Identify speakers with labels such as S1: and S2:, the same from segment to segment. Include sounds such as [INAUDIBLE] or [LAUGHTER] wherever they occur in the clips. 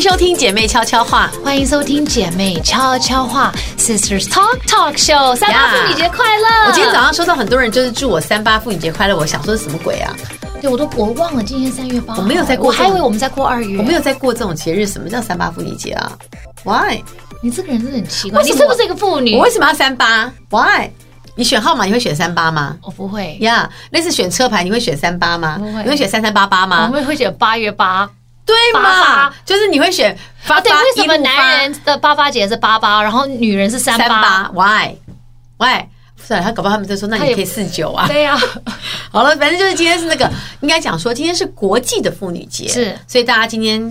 S1: 收听姐妹悄悄话，
S2: 欢迎收听姐妹悄悄话 Sisters Talk Talk Show，三八
S1: Yeah
S2: 妇女节快乐！
S1: 我今天早上收到很多人就是祝我三八妇女节快乐，我想说是什么鬼啊？
S2: 对我都我忘了今天三月八号，
S1: 我没有在过
S2: 我
S1: 这种
S2: 还以为我们在过二月。
S1: 我没，有在过这种节日，什么叫三八妇女节啊？Why？
S2: 你这个人真的很奇怪，
S1: 为
S2: 你
S1: 什么
S2: 是不是一个妇女
S1: 我？为什么要三八？Why？你选号码你会选三八吗？
S2: 我不会，
S1: 呀、类似选车牌你会选三八吗？
S2: 不会
S1: 你会选三三八八
S2: 我
S1: 吗？
S2: 们会选八月八。
S1: 对
S2: 八
S1: 嘛
S2: 八？
S1: 就是你会选
S2: 啊，
S1: 八
S2: 对，
S1: 八
S2: 为什么
S1: 158
S2: 男人的八八节是八八，然后女人是三
S1: 三
S2: 八？
S1: 八？Why？Why？算了，他搞不好他们就说，那
S2: 他也
S1: 你可以四九啊。[LAUGHS]
S2: 对呀，
S1: 好了，反正就是今天是那个，应该讲说今天是国际的妇女节，
S2: 是
S1: 所以大家今天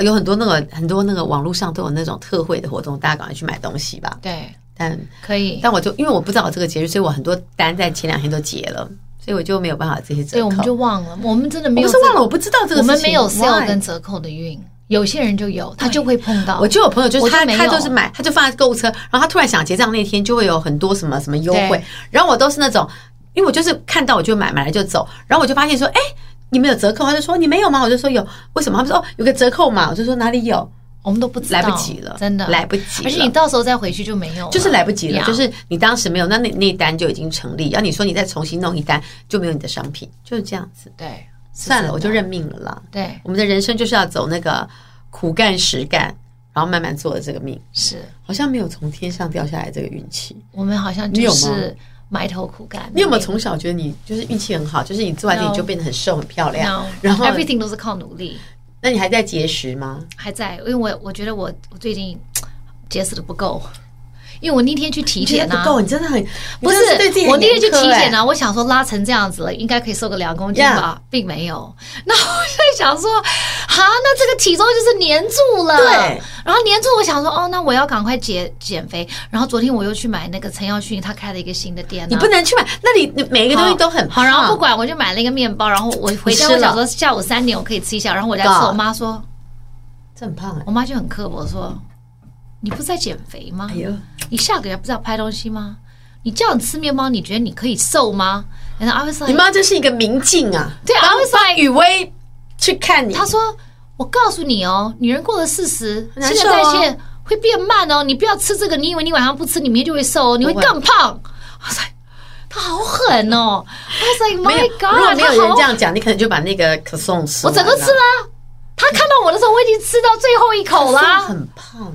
S1: 有很多那个很多那个网络上都有那种特惠的活动，大家赶快去买东西吧。
S2: 对，
S1: 但
S2: 可以。
S1: 但我就因为我不知道有这个节日，所以我很多单在前两天都结了，所以我就没有办法这些折
S2: 对，
S1: 扣。
S2: 我们就忘了，我们真的
S1: 我
S2: 没
S1: 不是
S2: 有这个，
S1: 忘了，我不知道这个
S2: 我
S1: 事情
S2: 们没有 sale
S1: why？
S2: 跟折扣的运，有些人就有，他就会碰到。
S1: 我就有朋友，就
S2: 我
S1: 是
S2: 就
S1: 他，
S2: 没有
S1: 他就是买，他就放在购物车，然后他突然想结账那天就会有很多什么什么优惠
S2: 对，
S1: 然后我都是那种，因为我就是看到我就买，买了就走，然后我就发现说，哎，你们有折扣？他就说你没有吗？我就说有，为什么？他们说哦，有个折扣嘛，我就说哪里有，
S2: 我们都不知道，
S1: 来不及了，
S2: 真的
S1: 来不及了，
S2: 而且你到时候再回去就没有了，
S1: 就是来不及了，
S2: 呀
S1: 就是你当时没有，那那那一单就已经成立，然后你说你再重新弄一单就没有你的商品，就是这样子，
S2: 对，是
S1: 算
S2: 真
S1: 了，
S2: 的
S1: 我就认命了啦。
S2: 对，
S1: 我们的人生就是要走那个苦干实干，然后慢慢做的这个命。
S2: 是
S1: 好像没有从天上掉下来这个运气。
S2: 我们好像
S1: 你有
S2: 就
S1: 吗
S2: 是埋头苦干。
S1: 你有没有从小觉得你就是运气很好，就是你做完
S2: No
S1: 你就变得很瘦很漂亮
S2: No，
S1: 然后
S2: everything 都是靠努力，
S1: 那你还在节食吗？
S2: 还在，因为我我觉得我我最近节食的不够，因为我那天去体检
S1: 不
S2: 啊。
S1: 够，你真的很
S2: 不是
S1: 你真的对自己，很
S2: 我那天去
S1: 严苛
S2: 体检啊
S1: 哎
S2: 呢，我想说拉成这样子了，应该可以瘦个两公斤吧并没有。那我在想说，哈，那这个体重就是黏住了。
S1: 对，
S2: 然后黏住，我想说，哦，那我要赶快减减肥。然后昨天我又去买那个陈耀迅他开了一个新的店、啊，
S1: 你不能去买，那里每一个东西都很欸
S2: 好，然后不
S1: 管
S2: 管，我就买了一个面包，然后我回家
S1: 你吃
S2: 我
S1: 了
S2: 想说下午三点我可以吃一下，然后我在吃，
S1: God
S2: 我妈说，
S1: 这很胖哎
S2: 我妈就很欸刻薄说，你不是在减肥吗
S1: 哎？呦，
S2: 你下个月不是要拍东西吗？你这样吃面包，你觉得你可以瘦吗？And I was
S1: 你
S2: like，
S1: 妈真是一个明镜啊！
S2: 对，I was
S1: 帮
S2: like，
S1: 雨薇去看你，
S2: 她说，我告诉你哦，女人过了四十，
S1: 很难
S2: 新陈
S1: 受
S2: 代
S1: 啊
S2: 谢会变慢哦，你不要吃这个，你以为你晚上不吃，你明天就会瘦哦，你会
S1: 不会
S2: 更胖。哇塞，她好狠哦！I was like
S1: 没有
S2: my，
S1: 如果
S2: God，
S1: 没
S2: 她
S1: 有人
S2: 好
S1: 这样讲，你可能就把那个可颂吃
S2: 我
S1: 完了，
S2: 整个吃啦。他看到我的时候，我已经吃到最后一口
S1: 真的
S2: 啦。
S1: 很胖。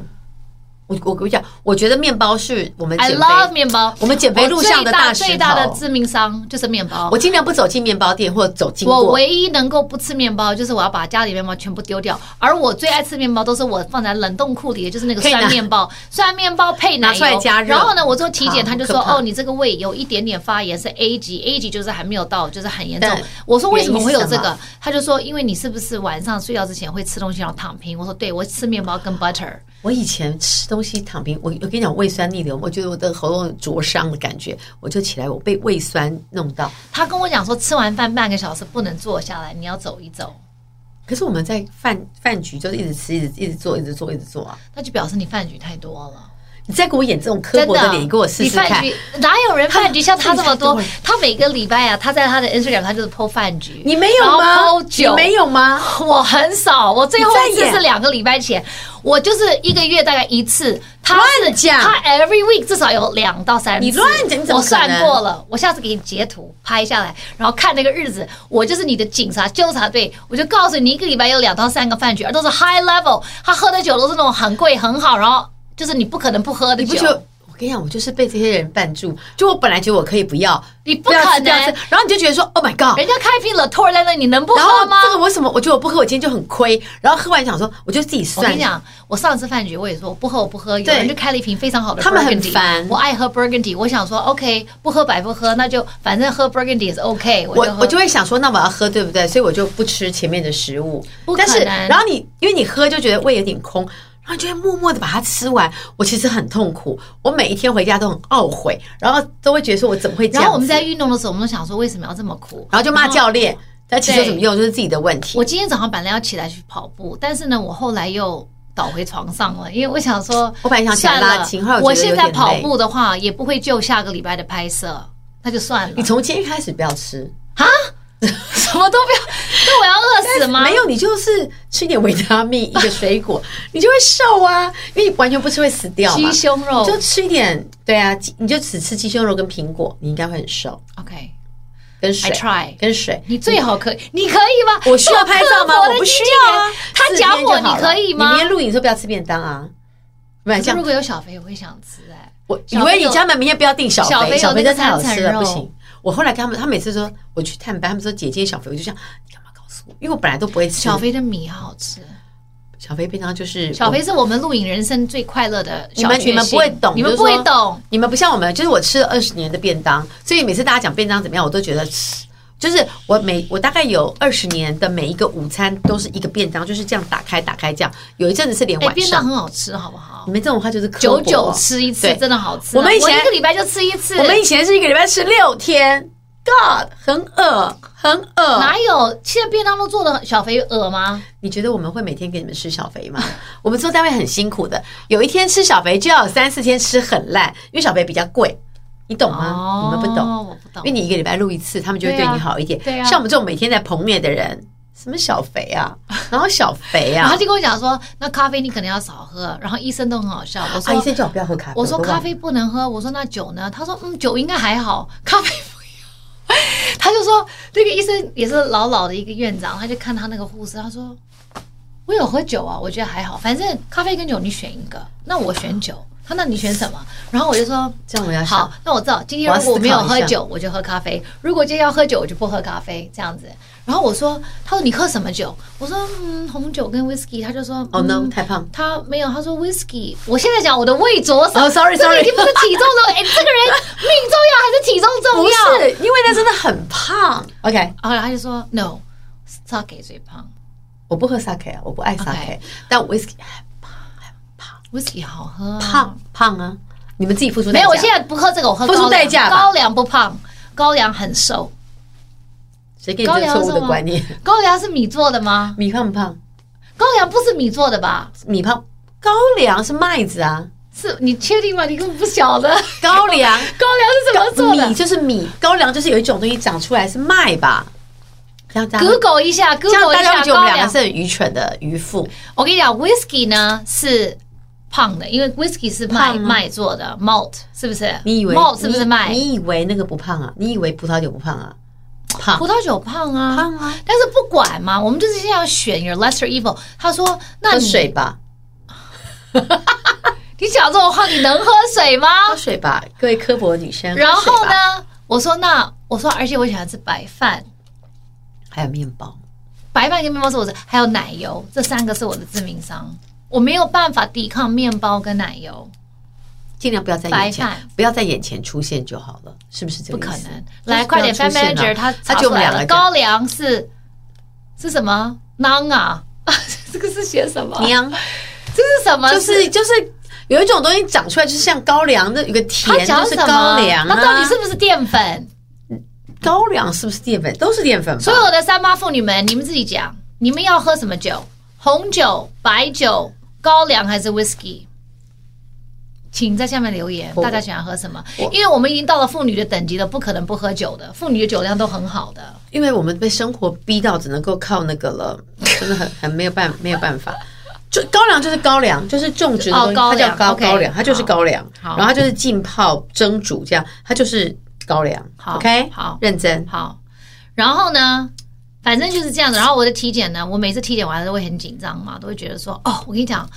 S1: 我我跟你讲，我觉得面包是我们
S2: I
S1: 减
S2: love
S1: 肥，
S2: 面包，
S1: 我们减肥路上的
S2: 我最大
S1: 石头。
S2: 最大的致命伤就是面包
S1: 我。尽量不走进面包店或走经过。
S2: 我唯一能够不吃面包，就是我要把家里面包全部丢掉。而我最爱吃面包，都是我放在冷冻库里的，就是那个
S1: 可以拿
S2: 酸面包，酸面包配奶
S1: 拿出来
S2: 油。
S1: 加热
S2: 然后呢，我做体检，
S1: 好
S2: 他就说：“
S1: 可怕
S2: 哦，你这个胃有一点点发炎，是 A 级，A 级就是还没有到，就是很严重
S1: 但。”
S2: 我说：“为什么会有
S1: 原因
S2: 这
S1: 是什
S2: 个？”他就说：“因为你是不是晚上睡觉之前会吃东西然后躺平？”我说：“对，我吃面包跟 butter。”
S1: 我以前吃东西躺平，我我跟你讲胃酸逆流，我觉得我的喉咙灼伤的感觉，我就起来，我被胃酸弄到。
S2: 他跟我讲说，吃完饭半个小时不能坐下来，你要走一走，
S1: 可是我们在饭饭局就是一直吃，一直一直做，一直做，一直做啊！
S2: 那就表示你饭局太多了。
S1: 你再给我演这种刻
S2: 真
S1: 薄
S2: 的，
S1: 的脸，你给我试
S2: 你
S1: 试看
S2: 饭。局哪有人饭局像他这么多
S1: 饭局？
S2: 他每个礼拜啊，他在他的 Instagram 他就是 po 饭局，
S1: 你没有
S2: 然
S1: 吗？
S2: 后 po
S1: 你
S2: 酒，
S1: 没有吗？
S2: 我很少，我最后一
S1: 你
S2: 次
S1: 再演
S2: 是两个礼拜前，我就是一个月大概一次。他是
S1: 乱讲
S2: 他 every week 至少有两到三次。
S1: 你乱讲你怎么
S2: 我算
S1: 可能
S2: 过了，我下次给你截图拍下来，然后看那个日子，我就是你的警察纠察队，我就告诉你，一个礼拜有两到三个饭局，而都是 high level，他喝的酒都是那种很贵很好，然后就是你不可能不喝的
S1: 你不
S2: 酒
S1: 觉，得？我跟你讲，我就是被这些人绊住。就我本来觉得我可以不要，
S2: 你不
S1: 不要
S2: 可
S1: 吃，不要吃
S2: 能，，
S1: 然后你就觉得说，Oh my God！
S2: [LAUGHS] 人家开瓶了 t o 在那，你能不
S1: 然后
S2: 喝吗？
S1: 这个为什么？我觉得我不喝，我今天就很亏。然后喝完想说，我就自己
S2: 我
S1: 算
S2: 跟你讲，我上次饭局我也说我不喝我不喝，有
S1: 对
S2: 人就开了一瓶非常好的 burgundy，
S1: 他们很烦
S2: 我爱喝 burgundy，我想说 OK 不喝白不喝，那就反正喝 burgundy 也是 OK，我
S1: 我
S2: 就喝
S1: 我就会想说，那我要喝，对不对？所以我就不吃前面的食物。
S2: 不可
S1: 但
S2: 能
S1: 是，然后你因为你喝就觉得胃有点空，然后你就会默默的把它吃完。我其实很痛苦，我每一天回家都很懊悔，然后都会觉得说我怎么会这样子？
S2: 然后我们在运动的时候，我们都想说为什么要这么苦，
S1: 然后就骂教练，但其实有什么
S2: 对
S1: 用？就是自己的问题
S2: 我。今天早上本来要起来去跑步，但是呢，我后来又倒回床上了，因为我想说，
S1: 我本来想起来
S2: 算了
S1: 拉筋后来我
S2: 我
S1: 觉得有
S2: 现
S1: 点
S2: 在跑
S1: 累
S2: 步的话，也不会就下个礼拜的拍摄，那就算了
S1: 你。从今天开始不要吃，
S2: 啊？什么都不要，那我要饿死吗？
S1: 没有，你就是吃点维他命，一
S2: [LAUGHS]
S1: 个水果，你就会瘦啊，因为你完全不吃会死掉嘛
S2: 鸡。胸肉
S1: 你就吃一点，对啊，鸡你就只吃鸡胸肉跟苹果，你应该会很瘦，
S2: ，OK，
S1: 跟水
S2: I try
S1: 跟水。
S2: 你最好可以，你可以 [LAUGHS] 吗？
S1: 我需要拍照吗？我
S2: 做克服的
S1: 不需
S2: 经
S1: 要啊
S2: 验。他
S1: 四
S2: 讲
S1: 天
S2: 我，
S1: 就
S2: 你
S1: 好了
S2: 可以
S1: 你
S2: 吗
S1: 明？天录影的时候不要吃便当啊，不然
S2: 可
S1: 这
S2: 是如
S1: 样
S2: 果有小肥，我会想吃哎。
S1: 我以
S2: 小
S1: 为
S2: 朋
S1: 你
S2: 友
S1: 家门明天不要订小
S2: 小
S1: 肥，
S2: 朋友
S1: 小肥
S2: 那个
S1: 真的太好
S2: 三
S1: 吃
S2: 层
S1: 了，不
S2: 肉
S1: 行。我后来跟他们，他每次说我去探班，他们说姐姐小肥，我就想你干嘛告诉我？因为我本来都不会吃
S2: 小肥的米好好吃，
S1: 小肥便当，就是
S2: 小
S1: 我
S2: 肥是我们录影人生最快乐的
S1: 你
S2: 小
S1: 们
S2: 确
S1: 你们
S2: 幸
S1: 不会懂，
S2: 你
S1: 就
S2: 们
S1: 是
S2: 不会
S1: 说
S2: 懂。，
S1: 你们不像我们，就是我吃了二十年的便当，所以每次大家讲便当怎么样，我都觉得，就是我每我大概有二十年的每一个午餐都是一个便当，就是这样打开打开这样，有一阵子是连
S2: 哎，
S1: 晚
S2: 便当
S1: 上。
S2: 很好吃，好不好
S1: 你？们这种话就是刻薄
S2: 久久吃一次
S1: 对
S2: 真的好吃啊。
S1: 我们以前
S2: 一个礼拜就吃一次，
S1: 我们以前是一个礼拜吃六天，God，很饿，很饿。
S2: 哪有现在便当都做的小肥鹅吗？
S1: 你觉得我们会每天给你们吃小肥吗？ [LAUGHS] 我们做单位很辛苦的，有一天吃小肥就要有三四天吃很烂，因为小肥比较贵，你懂吗？你们不懂，
S2: 哦，我不懂
S1: 因为。你啊一个礼拜录一次，他们就会对
S2: 对啊
S1: 你好一点。
S2: 对啊
S1: 像我们这种每天在棚内的人，什么小肥啊，然后小肥
S2: 然后
S1: 啊
S2: 他，就跟我讲说，那咖啡你可能要少喝。然后医生都很好笑，我
S1: 啊，医
S2: 说
S1: 生叫我不要喝咖啡，
S2: 我说
S1: 都忘
S2: 咖
S1: 了
S2: 啡不能喝，我说那酒呢？他说嗯，酒应该还好，咖啡不要。 [LAUGHS] 他就说那个医生也是老老的一个院长，他就看他那个护士，他说我有喝酒啊，我觉得还好，反正咖啡跟酒你选一个，那我选酒。他那你选什么？然后我就说
S1: 这样我要
S2: 好
S1: 想，，
S2: 那我知道今天如果我没有喝酒，我就喝咖啡；如果今天要喝酒，我就不喝咖啡，这样子。然后我说，他说你喝什么酒？我说嗯，红酒跟 whisky。他就说
S1: 哦 no，
S2: 嗯
S1: 太胖
S2: 他没有，他说 whisky。我现在讲我的胃着手
S1: 哦，sorry，
S2: 这个
S1: sorry
S2: 已经不是体重
S1: [LAUGHS]
S2: 的，哎，这个人命重要还是体重重
S1: 不
S2: 要？
S1: 是，因为那真的很胖。OK，
S2: 然后他就说 no，他给最胖
S1: 我不喝 sake，啊我不爱 sake，
S2: OK
S1: 但 whisky
S2: ，whisky 好喝啊，
S1: 胖胖啊，你们自己付出代
S2: 没
S1: 价。
S2: 有，我现在不喝这个，我喝
S1: 付出
S2: 高粱
S1: 代价吧
S2: 高粱不胖，高粱很瘦，
S1: 谁给你这个错误
S2: 高粱是
S1: 的
S2: 吗
S1: 观念？
S2: 高粱是米做的吗？
S1: [LAUGHS] 米胖不胖？
S2: 高粱不是米做的吧？
S1: 米胖，高粱是麦子啊，
S2: 是你确定吗？你根本不晓得
S1: [LAUGHS] 高粱
S2: 高粱是怎么做
S1: 米
S2: 的。
S1: 就是米，高粱就是有一种东西长出来是麦吧？这样大家
S2: Google 一下
S1: 这样
S2: ，Google
S1: 大
S2: 一
S1: 家
S2: 下
S1: 会觉得我
S2: 高
S1: 们两
S2: 粱
S1: 个。是很愚蠢的渔夫。
S2: 我跟你讲，whisky 呢是胖的，因为 whisky 是麦
S1: 胖吗
S2: 麦做的，malt 是不是？
S1: 你以为
S2: malt 是不是
S1: 你
S2: 麦？
S1: 你以为那个不胖啊？你以为葡萄酒不胖啊？胖
S2: 葡萄酒胖啊，
S1: 胖啊！
S2: 但是不管嘛，我们就是现在要选 your lesser evil。他说，那
S1: 喝
S2: 你
S1: 水吧，
S2: 你讲这种话，你能喝水吗？
S1: 喝水吧，各位科博女生。
S2: 然
S1: 喝水
S2: 后
S1: 吧？
S2: 呢，我说那我说，而且我喜欢吃白饭，
S1: 还有面包。
S2: 白饭跟面包是我的，还有奶油，这三个是我的致命伤，我没有办法抵抗面包跟奶油，
S1: 尽量不要在眼前
S2: 白饭，
S1: 不要在眼前出现就好了，是不是这
S2: 不
S1: 个意
S2: 可
S1: 思？
S2: 能。来，快点，Fan
S1: 翻
S2: Manager 他
S1: 啊他
S2: 查
S1: 就
S2: 出
S1: 我们
S2: 来
S1: 两
S2: 了，
S1: 个
S2: 高粱是是什么？nang 啊， [LAUGHS] 这个是写什么？
S1: 娘，
S2: 这呃是什么？
S1: 就是就是有一种东西长出来，就是像高粱的有个
S2: 他
S1: 甜，
S2: 讲
S1: 就是
S2: 什么？
S1: 高粱啊。
S2: 那到底是不是淀粉？
S1: 高粱是不是淀粉？都是淀粉吧
S2: 所。有的三八妇女们，你们自己讲，你们要喝什么酒？红酒、白酒、高粱还是 whisky？请在下面留言，
S1: 我
S2: 大家喜欢喝什么
S1: 我？
S2: 因为我们已经到了妇女的等级了，不可能不喝酒的。妇女的酒量都很好的。
S1: 因为我们被生活逼到只能够靠那个了， [LAUGHS] 真的很很没有办没有办法。就高粱就是高粱，就是种植的东西，
S2: 哦高
S1: 它
S2: 粱
S1: 叫高
S2: OK，
S1: 高粱，它就是高粱，
S2: 好
S1: 然后它就是浸泡蒸煮这样，它就是高粱。
S2: 好
S1: OK，
S2: 好
S1: 认真。
S2: 好，然后呢，反正就是这样子。然后我的体检呢，我每次体检完了都会很紧张嘛，都会觉得说，哦，我跟你讲，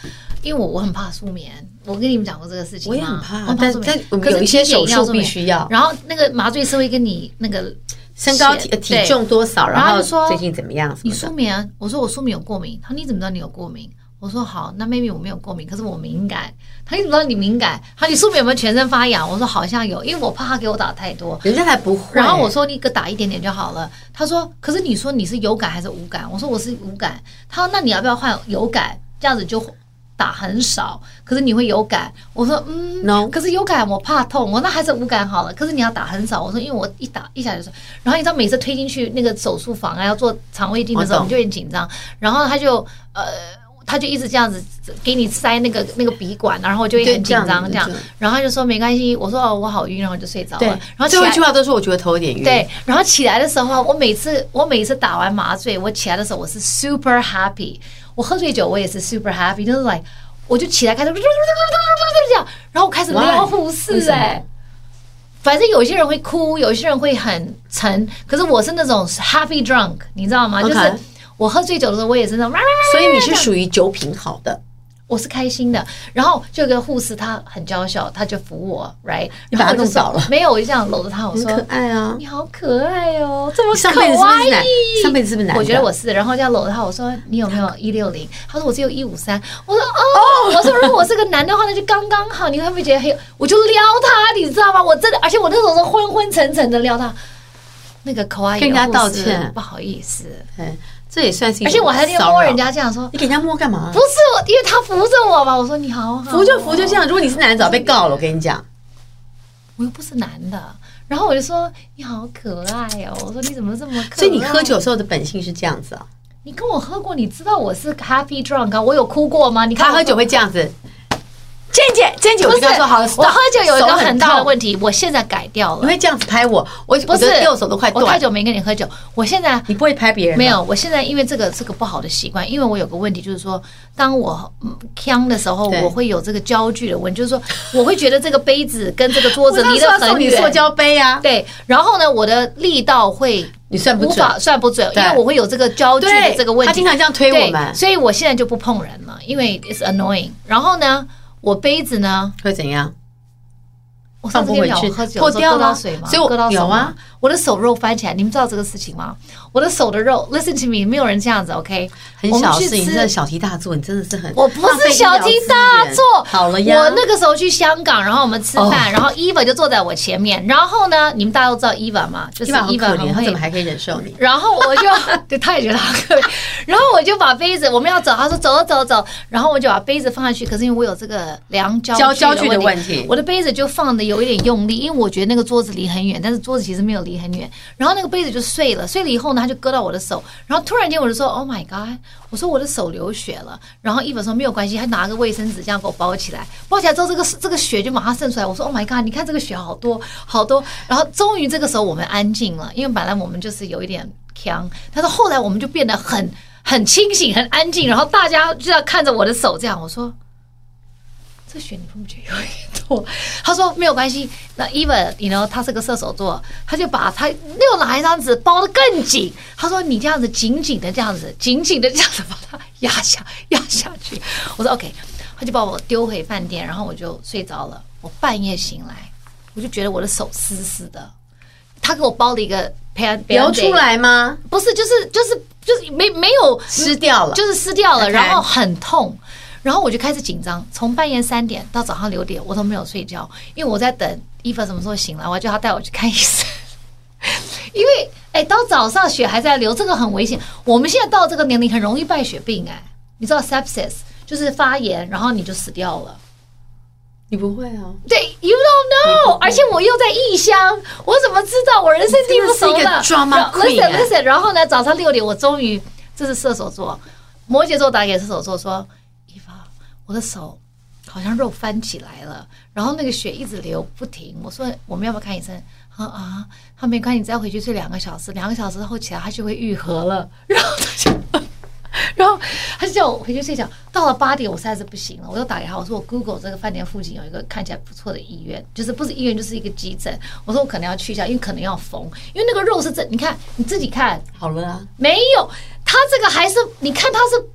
S2: 因为我我很怕宿眠，我跟你们讲过这个事情
S1: 我
S2: 吗？
S1: 也很怕
S2: 我，
S1: 但
S2: 宿眠
S1: 但我们
S2: 可是
S1: 有一些
S2: 体检
S1: 手
S2: 一定要
S1: 术
S2: 宿
S1: 必
S2: 眠
S1: 须要
S2: 然后那个麻醉师会跟你那个
S1: 身高
S2: 血
S1: 体呃体
S2: 对
S1: 重多少，然
S2: 然后
S1: 后
S2: 就说
S1: 最近怎么样什
S2: 你
S1: 么的
S2: 舒。眠，我说我舒眠有过敏，他说你怎么知道你有过敏？我说好，那 maybe 我没有过敏，可是我敏感。他你怎么知道你敏感？他说你舒眠有没有全身发痒？我说好像有，因为我怕他给我打太多。
S1: 人家才不会。
S2: 然后我说你给打一点点就好了。他说可是你说你是有感还是无感？我说我是无感。他说那你要不要换有感？这样子就打很少，可是你会有感。我说嗯
S1: No
S2: 可是有感我怕痛，我说那还是无感好了。可是你要打很少，我说因为我一打一下就是，然后你知道每次推进去那个手术房啊要做肠胃镜的时
S1: 我
S2: 候，
S1: 哦懂
S2: 你就很紧张。然后他就呃。他就一直这样子给你塞那个那个笔管，然后我就会
S1: 对
S2: 很紧张
S1: 这
S2: 这
S1: 样
S2: 样
S1: 子。
S2: 然后他就说没关系，我说哦我好晕，然后我就睡着了。
S1: 对，
S2: 然后起
S1: 最后一
S2: 来
S1: 句话都是我觉得头有点晕。
S2: 对，然后起来的时候啊，我每次我每次打完麻醉，我起来的时候我是 super happy，我喝醉酒我也是 super happy，就是 like 我就起来开始这样，然后我开始撩
S1: Why？
S2: 胡适
S1: 为什么
S2: 哎、反正有些人会哭，有些人会很沉，可是我是那种 happy drunk，你知道吗
S1: OK
S2: 就是我喝醉酒的时候，我也是那种，
S1: 所以你是属于酒品好的，
S2: 我是开心的。然后就有个护士，她很娇小，她就扶我，right，
S1: 你把她
S2: 然后我就
S1: 弄倒
S2: 说
S1: 了
S2: 没有，我就这样搂着她，我
S1: 很
S2: 说
S1: 可爱啊。
S2: 你好可爱哦，这么
S1: 上
S2: 可
S1: 辈子是不
S2: 爱
S1: 是男？上辈子是不是男的？
S2: 我觉得我是，然后这样搂着他，我说你有没有一六零？他说我只有一五三。我说哦，我说如果我是个男的话，那就刚刚好。你会不会觉得很有？我就撩他，你知道吗？我真的，而且我那时候是昏昏沉沉的撩他，那个口爱
S1: 跟人家道歉
S2: 不好意思，
S1: 对，哎这也算是一
S2: 而
S1: 种骚
S2: 且
S1: 扰。
S2: 我还在摸人，家这样说，
S1: 你给人家摸干嘛啊
S2: 不？是我，因为他扶着我嘛。我说你好哦好，
S1: 扶就扶就这样，如果你是男的，早被告了。我跟你讲，
S2: 我又不是男的。然后我就说你好可爱哦，我说你怎么这么可
S1: 所
S2: 爱？
S1: 以你喝酒时候的本性是这样子啊。
S2: 你跟我喝过，你知道我是 happy drunk 啊？我有哭过吗？你看
S1: 他
S2: 我
S1: 喝酒会这样子。娟姐，娟姐，我就跟他说好了，
S2: 我
S1: stop，
S2: 喝酒有一
S1: 手
S2: 个很大的
S1: 痛
S2: 问题，我现在改掉
S1: 你
S2: 了。
S1: 会这样子拍我，我
S2: 不
S1: 我
S2: 是
S1: 的右手都快
S2: 我太
S1: 断。
S2: 久没跟你喝酒，我现在
S1: 你不会拍别人吗
S2: 没？有，我现在因为这个这个不好的习惯，因为我有个问题就是说，当我嗯呛的时候，
S1: 对
S2: 我会有这个焦距的问题，就是说我会觉得这个杯子跟这个桌子
S1: 我
S2: 离
S1: 上
S2: 得
S1: 次要
S2: 很
S1: 送你塑
S2: 远。
S1: 胶杯啊，
S2: 对，然后呢，我的力道会
S1: 你算不
S2: 无
S1: 准。
S2: 法算不准，因
S1: 对
S2: 为我会有这个焦距的这个问
S1: 他
S2: 题。
S1: 经常这样推
S2: 对，
S1: 我们，
S2: 所以我现在就不碰人了，因为 it's annoying。然后呢，我杯子呢，
S1: 会怎样？
S2: 我上
S1: 放不
S2: 次跟
S1: 回
S2: 你讲，
S1: 去
S2: 我喝
S1: 破
S2: 酒的时候
S1: 掉
S2: 割到
S1: 了
S2: 水吗？
S1: 所以我
S2: 割到手
S1: 有啊
S2: 吗，我的手肉翻起来，你们知道这个事情吗？我的手的肉，listen to me，没有人这样子，OK？
S1: 很
S2: 我们
S1: 小
S2: 去
S1: 事情，你
S2: 吃
S1: 真的小题大做，你真的是很
S2: 我不
S1: 浪费
S2: 是
S1: 医疗
S2: 小题大做
S1: 资源，好了呀，哦
S2: 我那个时候去香港，然后我们吃饭，然后 Eva 就坐在我前面，然后呢，你们大家都知道 Eva 嘛，就是
S1: 伊娃好
S2: Eva
S1: 可怜，他
S2: 很会
S1: 怎么还可以忍受你？
S2: 然后我就 [LAUGHS] 对，他也觉得好可怜。 [LAUGHS] 然后我就把杯子，我们要走，他说走走走走。然后我就把杯子放下去，可是因为我有这个量焦
S1: 焦
S2: 焦
S1: 距的问题
S2: 我的杯子就放的有一点用力，因为我觉得那个桌子离很远，但是桌子其实没有离很远。然后那个杯子就碎了，碎了以后呢，它就割到我的手。然后突然间我就说，Oh my god！我说我的手流血了。然后一本说没有关系，他拿个卫生纸这样给我包起来，包起来之后这个这个血就马上渗出来。我说 Oh my god！你看这个血好多好多。然后终于这个时候我们安静了，因为本来我们就是有一点强，但是后来我们就变得很很清醒、很安静，然后大家就要看着我的手这样，我说。这血你会不会觉得有点多？他说没有关系，那 even 你呢？他是个射手座，他就把他又拿一张纸包得更紧。他说你这样子紧紧的这样子，紧紧的这样子把它压下压下去。我说 OK，他就把我丢回饭店，然后我就睡着了。我半夜醒来，我就觉得我的手湿湿的。他给我包了一个 pan
S1: 流出，来吗？
S2: 不是就是就是就是没没有嗯
S1: 湿掉了，
S2: 就是撕掉了，
S1: OK
S2: 然后很痛，然后我就开始紧张，从半夜三点到早上六点，我都没有睡觉，因为我在等伊凡什么时候醒来，我就要带我去看医生， [LAUGHS] 因为哎，到早上血还在流，这个很危险。我们现在到这个年龄，很容易败血病哎，你知道 sepsis 就是发炎，然后你就死掉了。
S1: 你不会啊？
S2: 对，you don't know，而且我又在异乡，我怎么知道？我人生地不熟
S1: 你真
S2: 了。
S1: 的是一个 drama
S2: 然后
S1: queen 哎
S2: listen listen，然后呢，早上六点我终于，这是射手座，摩羯座打给射手座说，伊凡，我的手好像肉翻起来了，然后那个血一直流不停。我说我们要不要看医生？啊啊，他没关系，你再回去睡两个小时，两个小时后起来它就会愈合了。然后他就。然后他就叫我回去睡觉。到了八点，我实在是不行了，我又打给他，我说我 Google 这个饭店附近有一个看起来不错的医院，就是不是医院就是一个急诊。我说我可能要去一下，因为可能要缝，因为那个肉是真，你看你自己看
S1: 好了啊，
S2: 没有，它这个还是你看它是，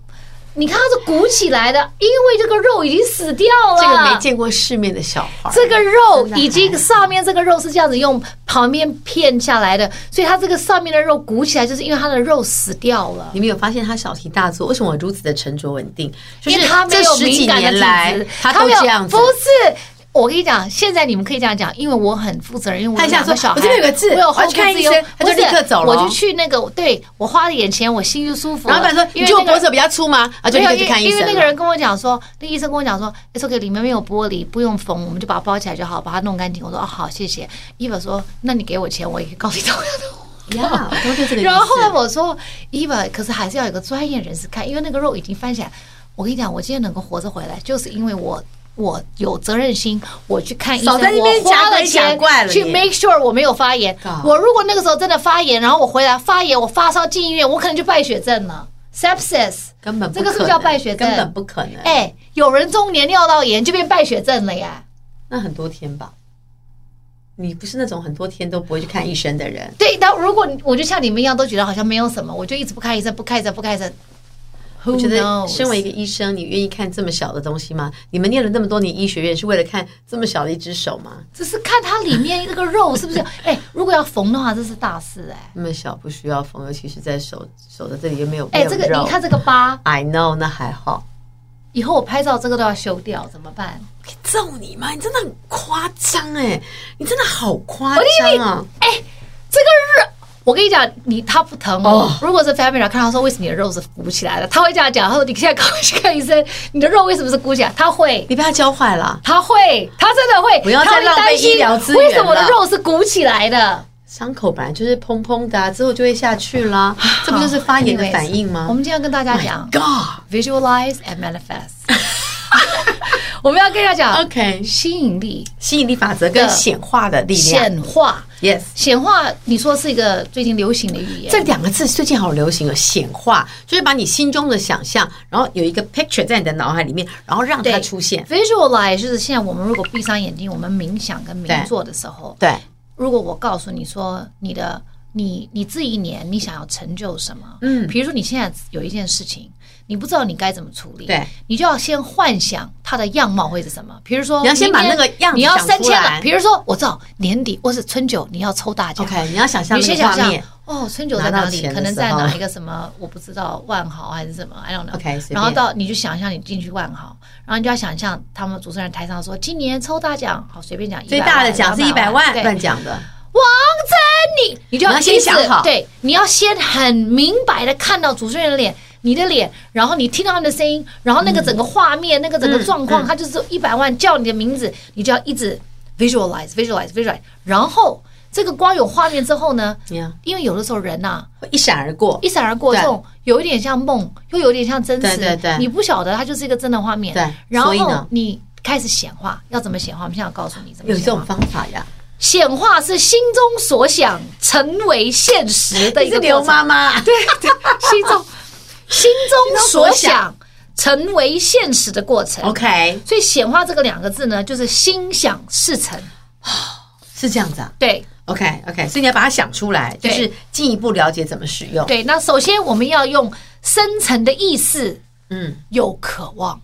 S2: 你看它是鼓起来的，因为这个肉已经死掉了。
S1: 这个没见过世面的小孩，
S2: 这个肉已经上面这个肉是这样子用旁边片下来的，所以它这个上面的肉鼓起来，就是因为它的肉死掉了。
S1: 你们有发现他小题大做？为什么我如此的沉着稳定？就
S2: 因
S1: 是
S2: 为他没
S1: 这
S2: 有
S1: 十
S2: 敏
S1: 几
S2: 感的
S1: 年
S2: 体
S1: 来
S2: 质，，
S1: 他都
S2: 没有
S1: 这样子
S2: 不。是。我跟你讲，现在你们可以这样讲，因为我很负责任，因为我
S1: 他
S2: 有
S1: 一下
S2: 两个
S1: 说
S2: 小孩，
S1: 我这边有个痣
S2: 我有
S1: 我
S2: 后
S1: 要去看
S2: 顾之
S1: 医
S2: 忧
S1: 生他就
S2: 不是
S1: 立刻走了
S2: 我就去那个，对我花了点钱，我心就舒服了。
S1: 然后老板说：“
S2: 因
S1: 你觉
S2: 为
S1: 得
S2: 那
S1: 我
S2: 个
S1: 脖子比较粗吗？”啊，就立
S2: 没
S1: 刻
S2: 有因
S1: 去
S2: 为
S1: 看医生
S2: 因
S1: 了。
S2: 为那个人跟我讲说，那医生跟我讲说，it's OK，里面没有玻璃，不用缝，我们就把它包起来就好，把它弄干净。我说哦好，谢谢。伊娃说，那你给我钱，我也可以告诉你同样的话。
S1: 呀，
S2: [LAUGHS]
S1: 我都是这个意思。
S2: 然后后来我说，伊娃，可是还是要有个专业人士看，因为那个肉已经翻起来。我跟你讲，我今天能够活着回来，就是因为我。我有责任心，我去看医生，
S1: 少在那边
S2: 我花
S1: 假
S2: 了
S1: 鬼假
S2: 钱
S1: 怪了
S2: 去
S1: 你
S2: make sure 我没有发炎
S1: 靠。
S2: 我如果那个时候真的发炎，然后我回来发炎，我发烧进医院，我可能就败血症了，sepsis。
S1: 根本不
S2: 这个是
S1: 可
S2: 不是叫
S1: 能
S2: 败血症
S1: 根本不可能。
S2: 哎、有人中年尿道炎就变败血症了呀。
S1: 那很多天吧？你不是那种很多天都不会去看医生的人，
S2: 对，但如果你我就像你们一样，都觉得好像没有什么，我就一直不看医生，不看医生，不看医生。Who
S1: 我觉得
S2: knows？
S1: 身为一个医生，你愿意看这么小的东西吗？你们念了那么多年医学院，是为了看这么小的一只手吗？
S2: 只是看它里面那个肉是
S1: [LAUGHS]
S2: 不是？哎、如果要缝的话，这是大事哎、
S1: 那么小不需要缝，尤其是在手手的这里又没有
S2: 哎、这个你看这个疤，
S1: ，I know，那还好。
S2: 以后我拍照这个都要修掉，怎么办？
S1: 可以揍你吗？你真的很夸张哎！你真的好夸张啊！
S2: 哎这个肉，我跟你讲，你他不疼哦
S1: 哦。
S2: 如果是 family 看他说为什么你的肉是鼓起来的，他会这样讲。他说你现在赶快去看医生，你的肉为什么是鼓起来？他会。
S1: 你被他教坏了，啊
S2: 他会，他真的会，
S1: 不要再
S2: 他会
S1: 浪费
S2: 担心
S1: 医疗资源
S2: 为什么我的
S1: 了
S2: 肉是鼓起来的？
S1: 伤口本来就是砰砰的啊、之后就会下去
S2: [SIGHS]
S1: 啦，这不就是发炎的反应吗
S2: 哦
S1: Oh
S2: 我们今天要跟大家讲啊
S1: ？God，OK，、
S2: visualize and manifest。我们要跟大家讲
S1: OK
S2: 吸引力
S1: 吸引力法则跟显化的力量
S2: 显化。
S1: ，Yes。
S2: 显化，你说是一个最近流行的语言，
S1: 这两个字最近好流行哦，显化就是把你心中的想象，然后有一个 picture 在你的脑海里面，然后让它
S2: 对
S1: 出现。
S2: visualize 就是现在我们如果闭上眼睛，我们冥想跟冥坐的时候，
S1: 对，
S2: 如果我告诉你说你的你你这一年你想要成就什么，嗯，比如说你现在有一件事情，你不知道你该怎么处理，
S1: 对，
S2: 你就要先幻想它的样貌会是什么，比如说
S1: 你要先把那个样子
S2: 你要
S1: 想出来
S2: 升迁了，比如说我知道年底或是春酒你要抽大奖
S1: OK，你要想象
S2: 你
S1: 那
S2: 先
S1: 个
S2: 想
S1: 画
S2: 象
S1: 面。
S2: 哦，春酒
S1: 拿
S2: 在哪
S1: 到
S2: 里？
S1: 钱
S2: 可
S1: 的
S2: 能
S1: 时
S2: 在
S1: 候
S2: 哪一个什么，我不知道，万豪还是什么？I don't know。
S1: OK，随便
S2: 然后到你就想象你进去万豪，然后你就要想象他们主持人台上说今年抽大奖，好随便讲，
S1: 最大的奖是一百万，
S2: 对，
S1: 乱讲的。
S2: 王真你，你就
S1: 你
S2: 要
S1: 要先
S2: 一直
S1: 想好
S2: 对，你要先很明白的看到主持人的脸，你的脸，然后你听到他们的声音，然后那
S1: 嗯
S2: 个整个画面，那个整个状况，他就是一百万叫你的名字，你就要一直 visualize visualize visualize，然后这个光有画面之后呢，
S1: Yeah
S2: 因为有的时候人呐、
S1: 会一闪而过。
S2: 一闪而过，
S1: 对
S2: 这种有一点像梦，又有点像真
S1: 对
S2: 实。
S1: 对对
S2: 你不晓得它就是一个真的画面。
S1: 对
S2: 然
S1: 所以呢
S2: 后你开始显化，要怎么显化？我们现在要告诉你怎么
S1: 有这
S2: 显
S1: 种
S2: 化。
S1: 方法呀？
S2: 显化是心中所想成为现实的一
S1: 你是
S2: 个
S1: 刘
S2: 过程。
S1: 妈
S2: [LAUGHS]
S1: 妈，
S2: 对对，心中心
S1: 心
S2: 中所
S1: 中所想
S2: 想成为现实的过
S1: [LAUGHS]
S2: 程。
S1: 哦，OK，
S2: 所以显化这个两个字呢，就是心想事成。
S1: 是这样子啊。
S2: 对
S1: OK OK，所以你要把它想出来，就
S2: 对
S1: 是进一步了解怎么使用。
S2: 对，那首先我们要用深层的意识
S1: 嗯
S2: 有渴望。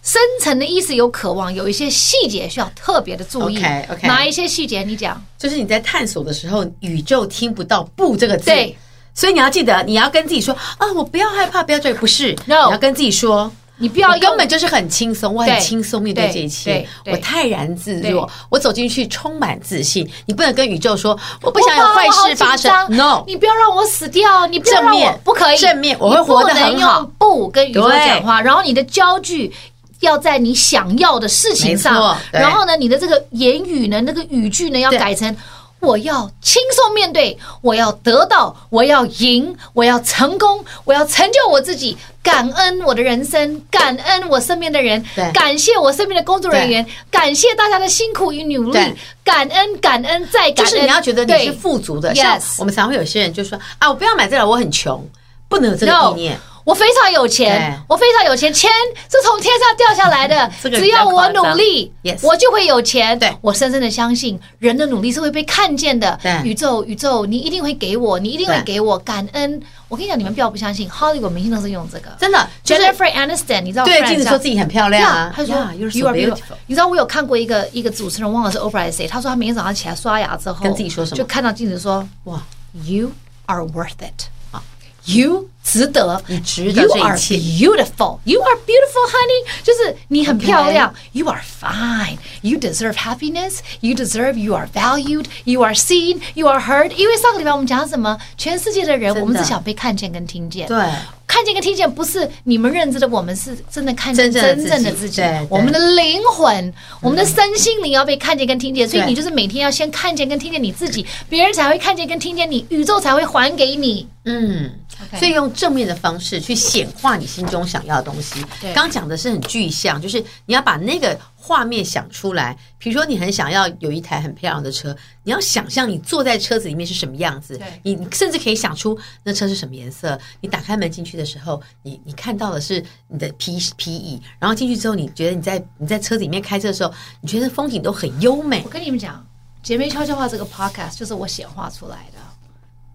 S2: 深层的意思有渴望，有一些细节需要特别的注意。
S1: OK，OK
S2: 哪一些细节？你讲。
S1: 就是你在探索的时候，宇宙听不到“不”这个字，
S2: 对，
S1: 所以你要记得，你要跟自己说啊，我不要害怕，不要追，不是
S2: No
S1: 你要跟自己说。
S2: 你不要
S1: 我
S2: 用
S1: 根本就是很轻松，我
S2: 对
S1: 很轻松面对
S2: 对
S1: 这一切，
S2: 对对
S1: 我泰然自若
S2: 对，
S1: 我走进去充满自信。你不能跟宇宙说我不想有坏事发生
S2: 我好紧张
S1: ，no，
S2: 你不要让我死掉，你不要让
S1: 正
S2: 我
S1: 面
S2: 不可以
S1: 正面我会活得很好
S2: 你不能用不跟宇宙讲话，然后你的焦距。要在你想要的事情
S1: 没
S2: 上
S1: 错，对
S2: 然后呢，你的这个言语呢，那个语句呢，要
S1: 对
S2: 改成我要轻松面对，我要得到，我要赢，我要成功，我要成就我自己，感恩我的人生，感恩我身边的人
S1: 对，
S2: 感谢我身边的工作人员，感谢大家的辛苦与努力
S1: 对，
S2: 感恩感恩再感
S1: 就
S2: 恩。
S1: 是你要觉得你
S2: 对
S1: 是富足的。像
S2: Yes
S1: 我们常会有些人就说啊，我不要买这个，我很穷，不能有这个
S2: no，
S1: 意念。
S2: 我非常有钱
S1: 对，
S2: 我非常有钱，钱是从天上掉下来的
S1: [LAUGHS] ，这个比较
S2: 只要我努力
S1: 夸张 Yes
S2: 我就会有钱。
S1: 对
S2: 我深深的相信，人的努力是会被看见的。
S1: 对
S2: 宇宙，宇宙，你一定会给我，你一定会
S1: 对
S2: 给我感恩。我跟你讲，你们不要不相信，Hollywood 明星都是用这个。
S1: 真的就是
S2: Jennifer Aniston，你知道
S1: 对
S2: Friends
S1: 镜子
S2: 啊
S1: 说自己很漂亮啊，
S2: 他说
S1: Yeah, you're
S2: You
S1: so
S2: are
S1: beautiful。
S2: 你知道我有看过一个一个主持人，忘了是 Oprah 还是谁，他说他每天早上起来刷牙之后，
S1: 跟自己说什么
S2: 就看到镜子说
S1: 哇，
S2: You are worth it 啊，You 值得，
S1: 你值得
S2: You
S1: 这
S2: are
S1: 一切
S2: beautiful, you are beautiful, honey，就是你很漂亮。You are fine. You deserve happiness. You deserve. You are valued. You are seen. You are heard. 因为上个礼拜我们讲什么？全世界的人，
S1: 的
S2: 我们只想被看见跟听见。
S1: 对。
S2: 看见跟听见不是你们认知的，我们是真的看
S1: 真
S2: 见
S1: 正的自
S2: 真
S1: 己
S2: 正的自己
S1: 对对，嗯
S2: 我们的灵魂，我们的身心灵要被看见跟听见，所以
S1: 对
S2: 你就是每天要先看见跟听见你自己，别人才会看见跟听见你，宇宙才会还给你。
S1: 嗯，
S2: OK
S1: 所以用正面的方式去显化你心中想要的东西
S2: 对。
S1: 刚讲的是很具象，就是你要把那个画面想出来。比如说，你很想要有一台很漂亮的车，你要想象你坐在车子里面是什么样子
S2: 对。
S1: 你你甚至可以想出那车是什么颜色。你打开门进去的时候，你你看到的是你的皮皮椅，然后进去之后，你觉得你在你在车子里面开车的时候，你觉得风景都很优美
S2: 我。跟你们讲，《姐妹悄悄话》这个 podcast 就是我显化出来的，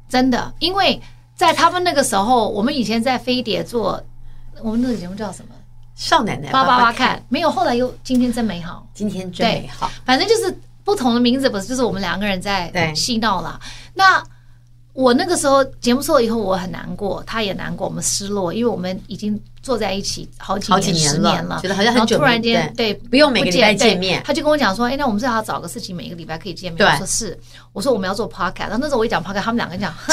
S2: 真的，因为在他们那个时候，我们以前在飞碟做，我们那个节目叫什么？
S1: 少奶奶
S2: 八八
S1: 八
S2: 八，看，没有，后来又今天真美好。
S1: 今天真美好。
S2: 反正就是不同的名字，不是就是我们两个人在
S1: 对
S2: 戏闹啦。那我那个时候节目做了以后，我很难过，他也难过，我们失落，因为我们已经坐在一起好几
S1: 好几年
S2: 十
S1: 了
S2: 年了，
S1: 觉得好像
S2: 然后
S1: 很久
S2: 突然
S1: 没
S2: 间对，
S1: 不用每个礼拜
S2: 对
S1: 见面
S2: 他就跟我讲说：“哎，那我们最好找个事情，每个礼拜可以见面。”
S1: 对
S2: 我说是，我说我们要做 podcast。然后那时候我一讲 podcast，他们两个人
S1: [LAUGHS]
S2: 讲哈。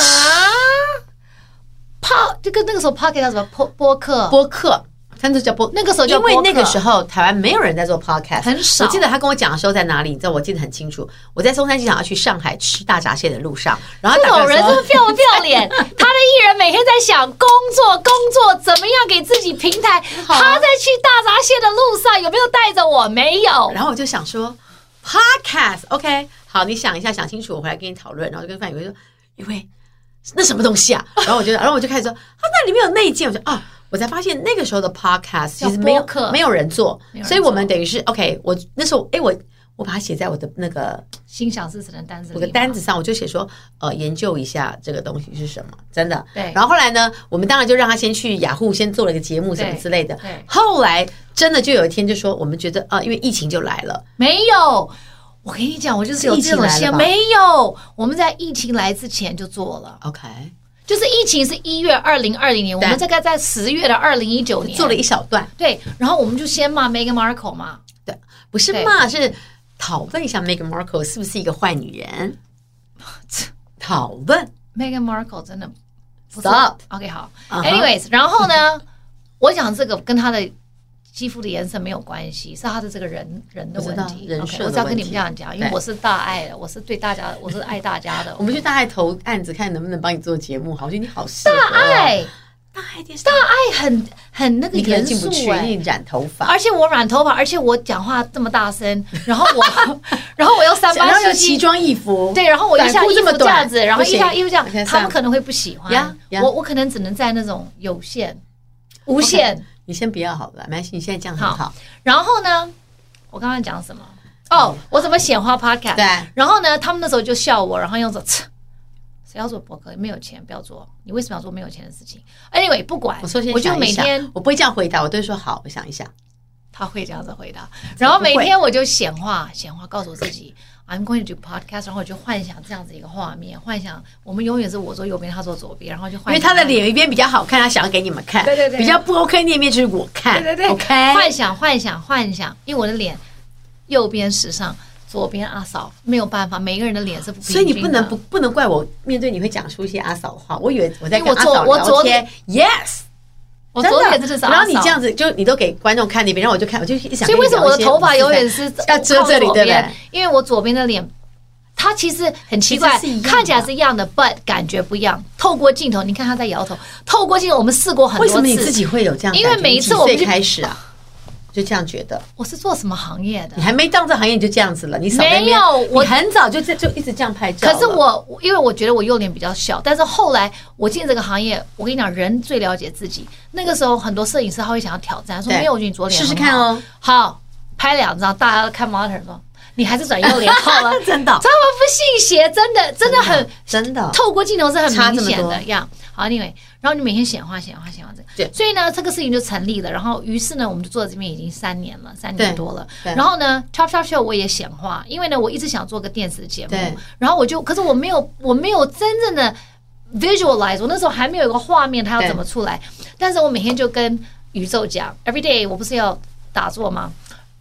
S2: 泡就跟那个时候 podcast 叫什么播播客，
S1: 播客，他那时候叫播，
S2: 那个时候叫
S1: 因为
S2: 播客
S1: 那个时候台湾没有人在做 podcast，
S2: 很少
S1: 我记得他跟我讲的时候在哪里，你知道，我记得很清楚。我在松山机场要去上海吃大闸蟹的路上，然后
S2: 这
S1: 打开
S2: 种
S1: 的
S2: 人
S1: 时候
S2: 真的漂不漂
S1: [LAUGHS]
S2: 脸？他的艺人每天在想工作，工作怎么样给自己平台。
S1: 好啊
S2: 他在去大闸蟹的路上有没有带着我？没有。
S1: 然后我就想说，podcast，OK，、好，你想一下，想清楚，我回来跟你讨论。然后就跟范宇威说，宇威，那什么东
S2: [LAUGHS]
S1: 西啊？然后我就，然后我就开始说，啊，那里面有内建，我就啊。我才发现那个时候的 podcast
S2: 叫
S1: 其实没有
S2: 播客
S1: 没有人做
S2: 没有人，
S1: 所以我们
S2: 做
S1: 等于是 OK 我。那时候哎，我我把它写在我的那个
S2: 心想事成的单子，
S1: 我的单子。啊上我就写说，呃，研究一下这个东西是什么，真的。
S2: 对
S1: 然后后来呢，我们当然就让他先去雅虎先做了一个节目什么
S2: 对
S1: 之类的
S2: 对。
S1: 后来真的就有一天就说，我们觉得啊、因为疫情就来了，
S2: 没有。我跟你讲，我就是有
S1: 疫情
S2: 这种
S1: 来了
S2: 心，
S1: 吧
S2: 没有。我们在疫情来之前就做了，
S1: OK，
S2: 就是疫情是一月二零二零年，我
S1: 对
S2: 们大概在十月的二零一九年
S1: 做了一小段，
S2: 对，然后我们就先骂 Meghan Markle 嘛，
S1: 对，不是
S2: 对
S1: 骂，是讨论一下 Meghan Markle 是不是一个坏女人，讨论
S2: Meghan Markle 真的不是
S1: Stop
S2: OK，好。
S1: Uh-huh
S2: Anyways，然后呢， [LAUGHS] 我讲这个跟他的肌肤的颜色没有关系，是他的这个人人的
S1: 我知
S2: 问
S1: 道
S2: 题。
S1: 人
S2: OK，
S1: 设
S2: 我
S1: 的
S2: 只要跟
S1: 问
S2: 你们
S1: 题
S2: 这样讲，因为
S1: 对
S2: 我是大爱的，我是对大
S1: [LAUGHS]
S2: 家，我是爱大家的。
S1: 我们去大爱投案子，看能不能帮你做节目。好，我觉得你好适合哦
S2: 大爱，
S1: 大爱电视台，大爱
S2: 爱很很那个
S1: 你可能
S2: 严
S1: 进不去，
S2: 肃
S1: 因为
S2: 哎。
S1: 你染头发，
S2: 而且我染头发，而且我讲话这么
S1: [LAUGHS]
S2: 大声，然后我， [LAUGHS] 然后我又三
S1: 然
S2: 八
S1: 后又
S2: 休
S1: 奇
S2: 息，
S1: 装异服，
S2: 对，然后我一下
S1: 短
S2: 衣
S1: 裤这
S2: 服
S1: 么
S2: 这
S1: 短
S2: 样子，然后
S1: 不
S2: 一
S1: 行
S2: 下衣服这
S1: 我现
S2: 样，
S1: 在
S2: 他们
S1: 上
S2: 可能会不喜欢。
S1: 呀呀
S2: 我我可能只能在那种有限、无限。
S1: 你先不要好了，没关系，你现在这样很好。
S2: 然后呢，我刚刚讲什么？哦，我怎么显化 podcast？
S1: 嗯对。
S2: 然后呢，他们那时候就笑我，然后又说：“切谁要做博客？没有钱不要做，你为什么要做没有钱的事情？”Anyway，不管，
S1: 我说先
S2: 我就
S1: 想一
S2: 每
S1: 下
S2: 天
S1: 我不会这样回答，我都会说好，我想一下。
S2: 他会这样子回答，然后每天我就显化显化，告诉我自己 I'm going to do podcast，然后我就幻想这样子一个画面，幻想我们永远是我坐右边，他坐左边，然后就
S1: 因
S2: 幻想
S1: 为他的脸有一边比较好看，他想要给你们看。
S2: 对对对
S1: 比较不 OK 那一面就是我看。
S2: 对对对
S1: OK。
S2: 幻想幻想幻想，因为我的脸右边时尚，左边阿嫂，没有办法，每个人的脸是不平均
S1: 所
S2: 的
S1: 以你不能不不能怪我，面对你会讲出一些阿嫂的话。我以为我在
S2: 因
S1: 跟
S2: 为我
S1: 阿
S2: 昨
S1: 嫂
S2: 我
S1: 聊
S2: 昨
S1: 天，yes，
S2: 我
S1: 真
S2: 左
S1: 的
S2: 脸真的是阿嫂，
S1: 然后你这样子就你都给观众看那边，然后我就看，我就一想。
S2: 所以为什么我的头发永远
S1: 是？
S2: 是
S1: 要遮这里
S2: 靠
S1: 对
S2: 左边
S1: 不对
S2: 因为我左边的脸，它其实很奇怪
S1: 其实是一样，的
S2: 看起来是一样的，but 感觉不一样。透过镜头，你看他在摇头，透过镜头，我们试过很多
S1: 为
S2: 次。
S1: 什么你自己会有这样的感觉？
S2: 因为每一次我们
S1: 你
S2: 去
S1: 几岁开始啊，就这样觉得。
S2: 我是做什么行业的
S1: 你？还没到这行业你就这样子了，你少在那边
S2: 没有我
S1: 你很早就这就一直这样拍照
S2: 可
S1: 了。
S2: 是我，因为我觉得我右脸比较小，但是后来我进这个行业，我跟你讲，人最了解自己。那个时候，很多摄影师他会想要挑战，说
S1: 对
S2: 没有，我觉得你左脸
S1: 试试
S2: 很好
S1: 看哦。
S2: 好，拍两张，大家都看 monitor 说，你还是转右脸好 [LAUGHS] 了。
S1: 真的
S2: 他们不信邪，真的，真的很
S1: 真的
S2: 透过镜头是很明显
S1: 差这么
S2: 的
S1: 多
S2: 呀。好，anyway，然后你每天显化、显化、显化这个，
S1: 对
S2: 所以呢，这个事情就成立了。然后，于是呢，我们就做到这边已经三年了，三年
S1: 对
S2: 多了。
S1: 对
S2: 然后呢，Chop Chop Show 我也显化，因为呢，我一直想做个电视节目
S1: 对，
S2: 然后我就，可是我没有，我没有真正的 visualize，我那时候还没有一个画面，它要
S1: 对
S2: 怎么出来。但是我每天就跟宇宙讲，every day，我不是要打坐吗？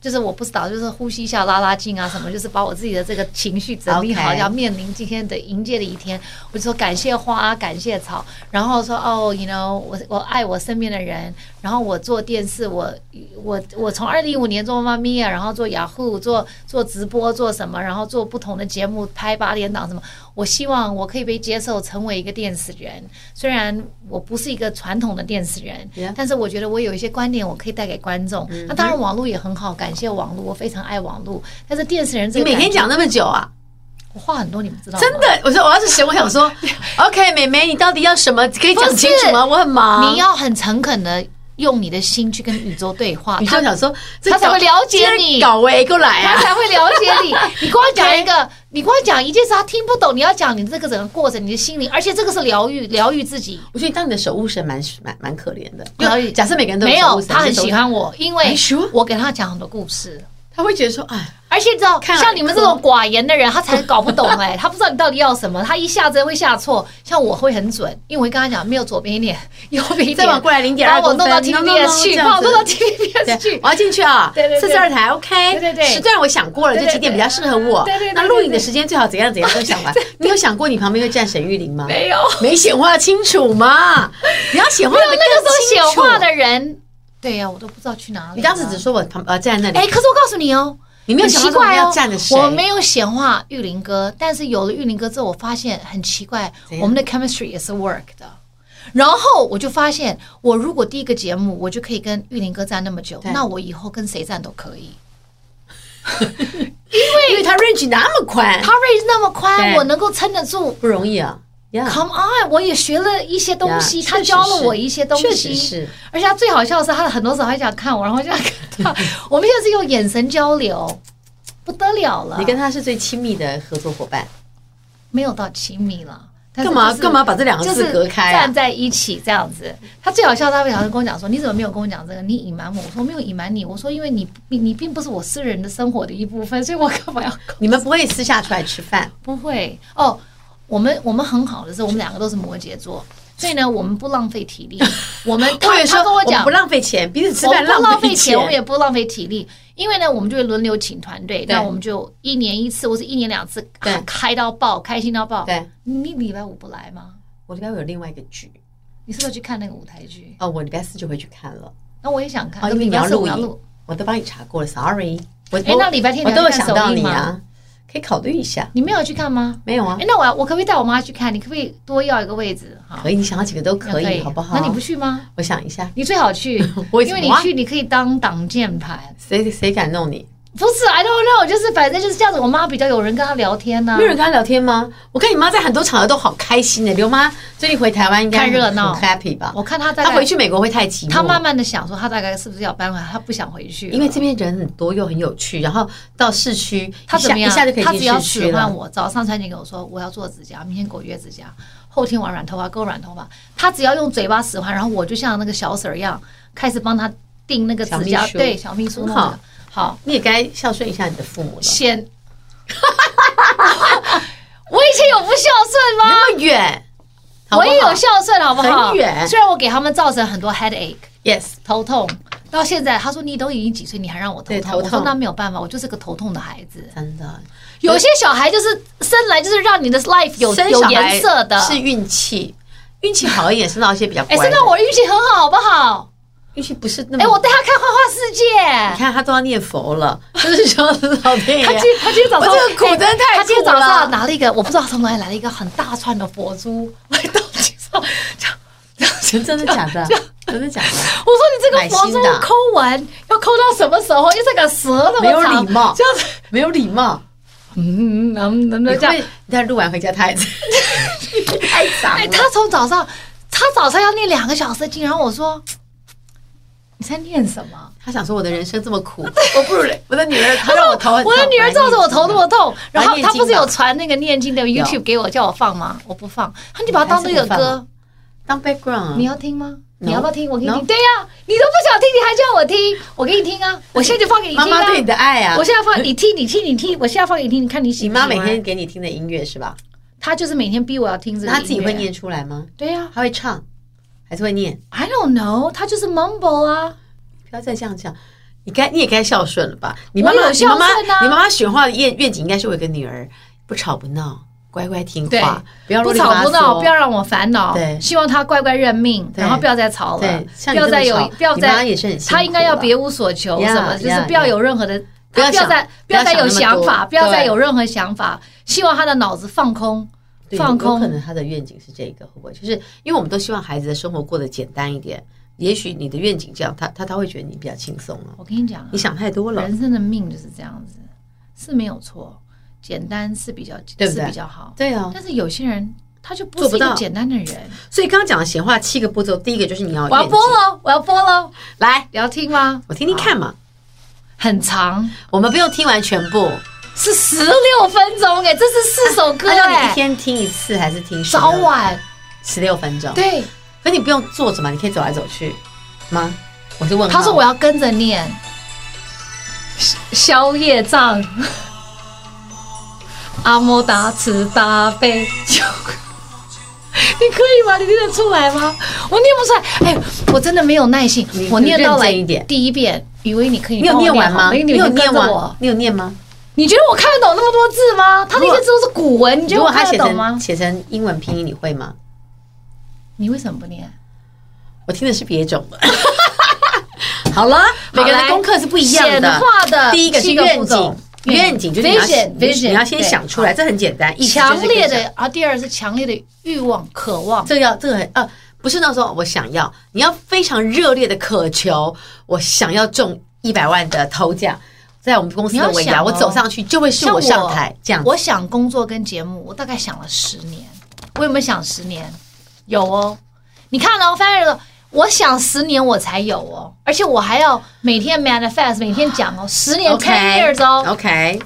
S2: 就是我不是打坐，就是呼吸一下、拉拉筋啊什么，就是把我自己的这个情绪整理好，
S1: OK
S2: 要面临今天的迎接的一天，我就说感谢花，感谢草，然后说哦，you know，我我爱我身边的人，然后我做电视，我我我从二零一五年做妈妈咪呀，然后做雅虎，做做直播，做什么，然后做不同的节目，拍八点档什么。我希望我可以被接受成为一个电视人，虽然我不是一个传统的电视人
S1: Yeah
S2: 但是我觉得我有一些观点我可以带给观众。那当然网络也很好，感谢网络，我非常爱网络。但是电视人这
S1: 你
S2: 个
S1: 每天
S2: 感觉
S1: 讲那么久啊？
S2: 我话很多，你们知道吗？
S1: 真的，我说我要是谁，我想
S2: [LAUGHS]
S1: 说，OK，妹妹，你到底要什么？可以讲清楚吗？我很忙。
S2: 你要很诚恳的用你的心去跟宇宙对话，
S1: 你就
S2: 他
S1: 想说，
S2: 他才会了解你
S1: 这搞喂，过来
S2: 他
S1: 啊！
S2: 才会了解
S1: [LAUGHS]
S2: 你。你光讲一个，你光讲一件事，他听不懂。你要讲你这个整个过程，你的心灵，而且这个是疗愈，疗愈自己。
S1: 我觉得你当你的守护神蛮蛮蛮可怜的。
S2: 疗愈
S1: 就假设每个人都
S2: 没
S1: 守护
S2: 有，
S1: 神
S2: 他很喜，欢我，因为
S1: Are you sure？
S2: 我给他讲很多故事。
S1: 他会觉得说，哎，
S2: 而且你知道，
S1: 看了
S2: 像你们这种寡言的人，他才
S1: [LAUGHS]
S2: 搞不懂哎、他不知道你到底要什么，他一下针会下错。像我会很准，因为我会跟他讲，没有左边一点， [LAUGHS] 右边一点，
S1: 再往过来0.2
S2: 把我弄到
S1: 公分
S2: TVBS 去，
S1: no, no, no，
S2: 把我弄到
S1: 对
S2: TVBS 去。
S1: 我要进去啊！
S2: 对对对
S1: 四十二台 OK，
S2: 对对对
S1: 时段我想过了，
S2: 对
S1: 就
S2: 对
S1: 几点比较适合我
S2: 对对对对。
S1: 那录影的时间最好怎样怎样都想
S2: [LAUGHS]
S1: 完。你有想过你旁边会站沈玉玲吗？
S2: 没有，
S1: 没显化清楚嘛？你要显化
S2: 没
S1: 的
S2: 有那个时候
S1: 更清楚
S2: 写话的人，对呀、我都不知道去哪里了。
S1: 你当时只说我旁呃站在那
S2: 哎、
S1: 里，
S2: 可是我告诉你哦，
S1: 你没有
S2: 很
S1: 想
S2: 奇
S1: 到我们
S2: 怪哦
S1: 要站的，谁？
S2: 我没有显化玉林哥，但是有了玉林哥之后，我发现很奇怪
S1: 怎，样
S2: 我们的 chemistry 也是 work 的。然后我就发现，我如果第一个节目我就可以跟玉林哥站那么久，
S1: 对
S2: 那我以后跟谁站都可以。
S1: 因为他 range 那么宽，
S2: 他 range 那么宽，
S1: 对
S2: 我能够撑得住。
S1: 不容易啊。呀，
S2: Come on，我也学了一些东西
S1: Yeah，
S2: 他
S1: 确实
S2: 教了
S1: 是
S2: 我一些东西，
S1: 确实是。
S2: 而且他最好笑的是，他很多时候还想看我，然后我就想看他。我们现在是用眼神交流，不得了了。
S1: 你跟他是最亲密的合作伙伴，
S2: 没有到亲密了。但是
S1: 干嘛
S2: 就是
S1: 干嘛把这两个
S2: 就
S1: 字
S2: 是
S1: 隔开啊
S2: 站？在一起这样子。他最好笑，他会常常跟我讲说：“你怎么没有跟我讲这个？你隐瞒我。”我说：“没有隐瞒你。”我说：“因为你你你并不是我私人的生活的一部分，所以我干嘛要搞
S1: 你们不会私下出来吃饭？”
S2: 不会哦。我们我们很好的是，我们两个都是摩羯座，所以呢，我们不浪费体力。我们
S1: 我
S2: 他
S1: 也
S2: 他
S1: 说
S2: 跟
S1: 我们
S2: 讲
S1: 不浪费钱，彼此吃
S2: 我
S1: 饭
S2: 们不浪费
S1: 钱，
S2: 我们也不浪费体力，因为呢，我们就会轮流请团队，
S1: 对
S2: 那我们就一年一次或是一年两次，
S1: 对
S2: 开到爆，开心到爆。
S1: 对。
S2: 你礼拜五不来吗？
S1: 我礼拜五有另外一个剧
S2: 你是不是要去看那个舞台剧？
S1: 哦，我礼拜四就会去看了。
S2: 那我也想看，
S1: 哦，
S2: 可
S1: 因为
S2: 啊礼
S1: 你
S2: 拜
S1: 要
S2: 四我
S1: 录
S2: 要
S1: 影
S2: 录。，
S1: 我都帮你查过了，sorry。我
S2: 哎那礼拜天
S1: 我
S2: 你要
S1: 都有
S2: 去看
S1: 想到
S2: 首映
S1: 你
S2: 吗
S1: 啊，可以考虑一下。
S2: 你没有去看吗？
S1: 没有啊
S2: 哎，，那我要我可不可以带我妈去看？你可不可以多要一个位置？哈，
S1: 可以，你想要几个都可以，好不好？
S2: 那你不去吗？
S1: 我想一下，，
S2: 你最好去
S1: [LAUGHS] 为什
S2: 因
S1: 么
S2: 为你去你可以当挡箭牌。
S1: 谁谁敢弄你？
S2: 不是，I don't know，就是反正就是这样子。我妈比较有人跟她聊天啊呐、
S1: 没有人跟他聊天吗？我看你妈在很多场合都好开心的，刘妈最近回台湾应该
S2: 看热
S1: 很
S2: 闹
S1: 很 happy 吧？
S2: 我看她在
S1: 她回去美国会太寂寞，
S2: 他慢慢的想说，他大概是不是要搬回来？他不想回去了，
S1: 因为这边人很多又很有趣，然后到市区
S2: 他
S1: 一
S2: 怎
S1: 下
S2: 么样？
S1: 一下就可
S2: 他
S1: 以
S2: 只
S1: 进
S2: 要
S1: 市
S2: 使
S1: 区
S2: 唤
S1: 了。
S2: 我，早上三点跟我说我要做指甲，明天给我约指甲，后天玩染头发，给我染头发。他只要用嘴巴使唤，然后我就像那个小婶儿一样，开始帮他定那个指
S1: 小
S2: 甲，
S1: 秘书
S2: 对，小秘书
S1: 很
S2: 弄
S1: 好
S2: 的。好，
S1: 你也该孝顺一下你的父母了。 [LAUGHS]
S2: 先，我以前有不孝顺吗？
S1: 那么远，好不
S2: 我
S1: 好
S2: 也有孝顺，好不好？
S1: 很远
S2: 虽然我给他们造成很多 headache。
S1: yes，
S2: 头痛，到现在他说你都已经几岁，你还让我头
S1: 对
S2: 痛？
S1: 头痛
S2: 我说那没有办法，我就是个头痛的孩子。
S1: 真的
S2: 有些小孩就是生来就是让你的 life 有
S1: 生
S2: 有
S1: 小孩
S2: 颜色的。
S1: 是运气，运气好一点生到一些比较
S2: [LAUGHS] 哎，
S1: 乖的。
S2: 生到我的运气很好，好不好？
S1: 运气不是那么
S2: 哎，我带他看《花花世
S1: 你
S2: 界》。
S1: 看他都要念佛了，就是说老天爷，
S2: [LAUGHS] 他今他今天早上
S1: 我这个苦真的太苦了
S2: 他今天早上拿了一个，我不知道从哪里来了一个很大串的佛珠来到地上，这样这样子
S1: 真的假
S2: [LAUGHS]
S1: 的
S2: 这样？
S1: 真的假的？
S2: 我说你这个佛珠
S1: 买新的啊
S2: 抠完要抠到什么时候？因为这个蛇那
S1: 没有
S2: 么长，
S1: 礼貌
S2: 这样子，
S1: 没有礼貌，
S2: 嗯，能能
S1: 你
S2: 能这样
S1: 会，你再录完回家他还在太傻
S2: 哎，
S1: 了。
S2: 他从早上，他早上要念两个小时的经，然后我说你在念什么？
S1: [LAUGHS] 他想说我的人生这么
S2: [LAUGHS]
S1: 苦，我不如我的女儿，她让我头很痛，
S2: 我的女儿照着我头那么痛，然后
S1: 念
S2: 她
S1: 经
S2: 不是有
S1: 吧
S2: 传那个念经的 YouTube 给我，叫我放吗？我不放，她就把它当做一个
S1: 还是不放
S2: 歌，
S1: 当 background，啊
S2: 你
S1: 你
S2: 要听吗？
S1: No
S2: 你要不要听？我给你
S1: No
S2: 听。对呀、你都不想听，你还叫我听？我给你听啊！我现在就放给你听
S1: 妈
S2: 啊！
S1: 妈对你的爱啊
S2: 我，现在放你听，你听，你听，我现在放给你听，你看你喜
S1: 你
S2: 不喜
S1: 妈
S2: 欢？
S1: 每天给你听的音乐是吧？
S2: 她就是每天逼我要听这个
S1: 那
S2: 音乐。
S1: 她自己会念出来吗？
S2: 对呀、
S1: 她会唱，还是会念？
S2: i don't know，她就是 mumble 啊。
S1: 不要再这样讲，你该你也该孝顺了吧？你妈
S2: 我
S1: 妈，
S2: 有
S1: 你妈妈
S2: 孝顺啊，
S1: 你妈妈选化的愿愿景应该是我有个女儿，不吵不闹，乖乖听
S2: 对
S1: 话，不要
S2: 不
S1: 啰里吧
S2: 吵不闹，
S1: 嗦
S2: 不要让我烦恼。
S1: 对
S2: 希望他乖乖认命，
S1: 对
S2: 然后不要再吵了
S1: 对，像你这
S2: 不要
S1: 么
S2: 再有
S1: 吵，
S2: 不要
S1: 你妈
S2: 再
S1: 也是很辛苦
S2: 他应该要
S1: 啦
S2: 别无所求，
S1: 呀
S2: 什么就是
S1: 呀
S2: 不要
S1: 呀
S2: 有任何的，
S1: 不
S2: 他
S1: 要
S2: 不要
S1: 想
S2: 再不要
S1: 不要
S2: 再有
S1: 想那么
S2: 想
S1: 多
S2: 法，不要再
S1: 对
S2: 有任何想法。希望他的脑子放空，
S1: 对
S2: 放
S1: 有可
S2: 空。
S1: 能他的愿景是这个，会不会？就是因为我们都希望孩子的生活过得简单一点，也许你的愿景这样，他他他会觉得你比较轻松了、
S2: 我跟你讲啊，
S1: 你想太多了，
S2: 人生的命就是这样子，是没有错，简单是比较
S1: 对不对
S2: 是比较好，
S1: 对啊。
S2: 但是有些人他就不
S1: 做
S2: 是
S1: 不
S2: 一个
S1: 到
S2: 简单的人。
S1: 所以刚刚讲的显化七个步骤，第一个就是你要有
S2: 我要
S1: 愿
S2: 播
S1: 景
S2: 了，我要播了，
S1: 来，
S2: 你要听吗？
S1: 我听听看嘛。
S2: 很长，
S1: 我们不用听完全部，
S2: 是十六分钟哎，这是四首歌
S1: 按照你一
S2: 哎，
S1: 天听一次还是听
S2: 早晚
S1: 十六分钟？，
S2: 对。
S1: 可你不用坐着嘛，你可以走来走去吗？我是问号
S2: 他说我要跟着念，宵宵夜账，阿莫达吃大杯酒。你可以吗？你念得出来吗？我念不出来，哎，我真的没有耐性
S1: 你。
S2: 我念到
S1: 你
S2: 来
S1: 认真一点
S2: 第一遍，以为你可以
S1: 你有
S2: 帮我
S1: 念完
S2: 好
S1: 吗？
S2: 因为
S1: 你
S2: 你有
S1: 有
S2: 念
S1: 念
S2: 我
S1: 完？，你有念吗？
S2: 你觉得我看得懂那么多字吗？他那
S1: 如
S2: 些
S1: 果
S2: 字都是古文，你觉
S1: 如
S2: 得
S1: 果
S2: 我
S1: 他
S2: 看
S1: 写
S2: 得懂吗
S1: 成？写成英文拼音，你会吗？
S2: 你为什么不念？
S1: 我听的是别种的。 [LAUGHS] 好了，每个人的功课是不一样
S2: 显
S1: 的。
S2: 化的
S1: 第一个是
S2: 七个步
S1: 愿
S2: 骤
S1: 景，愿景就是你要
S2: vision
S1: 你
S2: vision，
S1: 你要先想出来，这很简单。意思就是
S2: 强烈
S1: 跟
S2: 的
S1: 想，
S2: 啊，第二是强烈的欲望、渴望。
S1: 这个要这个很呃，不是那时候我想要，你要非常热烈的渴求，我想要中一百万的头奖，在我们公司的尾
S2: 你
S1: 牙，
S2: 要想哦
S1: 我走上去就会是
S2: 像
S1: 我上台这样子。
S2: 我想工作跟节目，我大概想了十年。我有没有想十年？有哦。你看哦，翻译了，我想十年我才有哦，而且我还要每天 manifest，每天讲哦，十年
S1: OK
S2: ten years 哦，
S1: OK，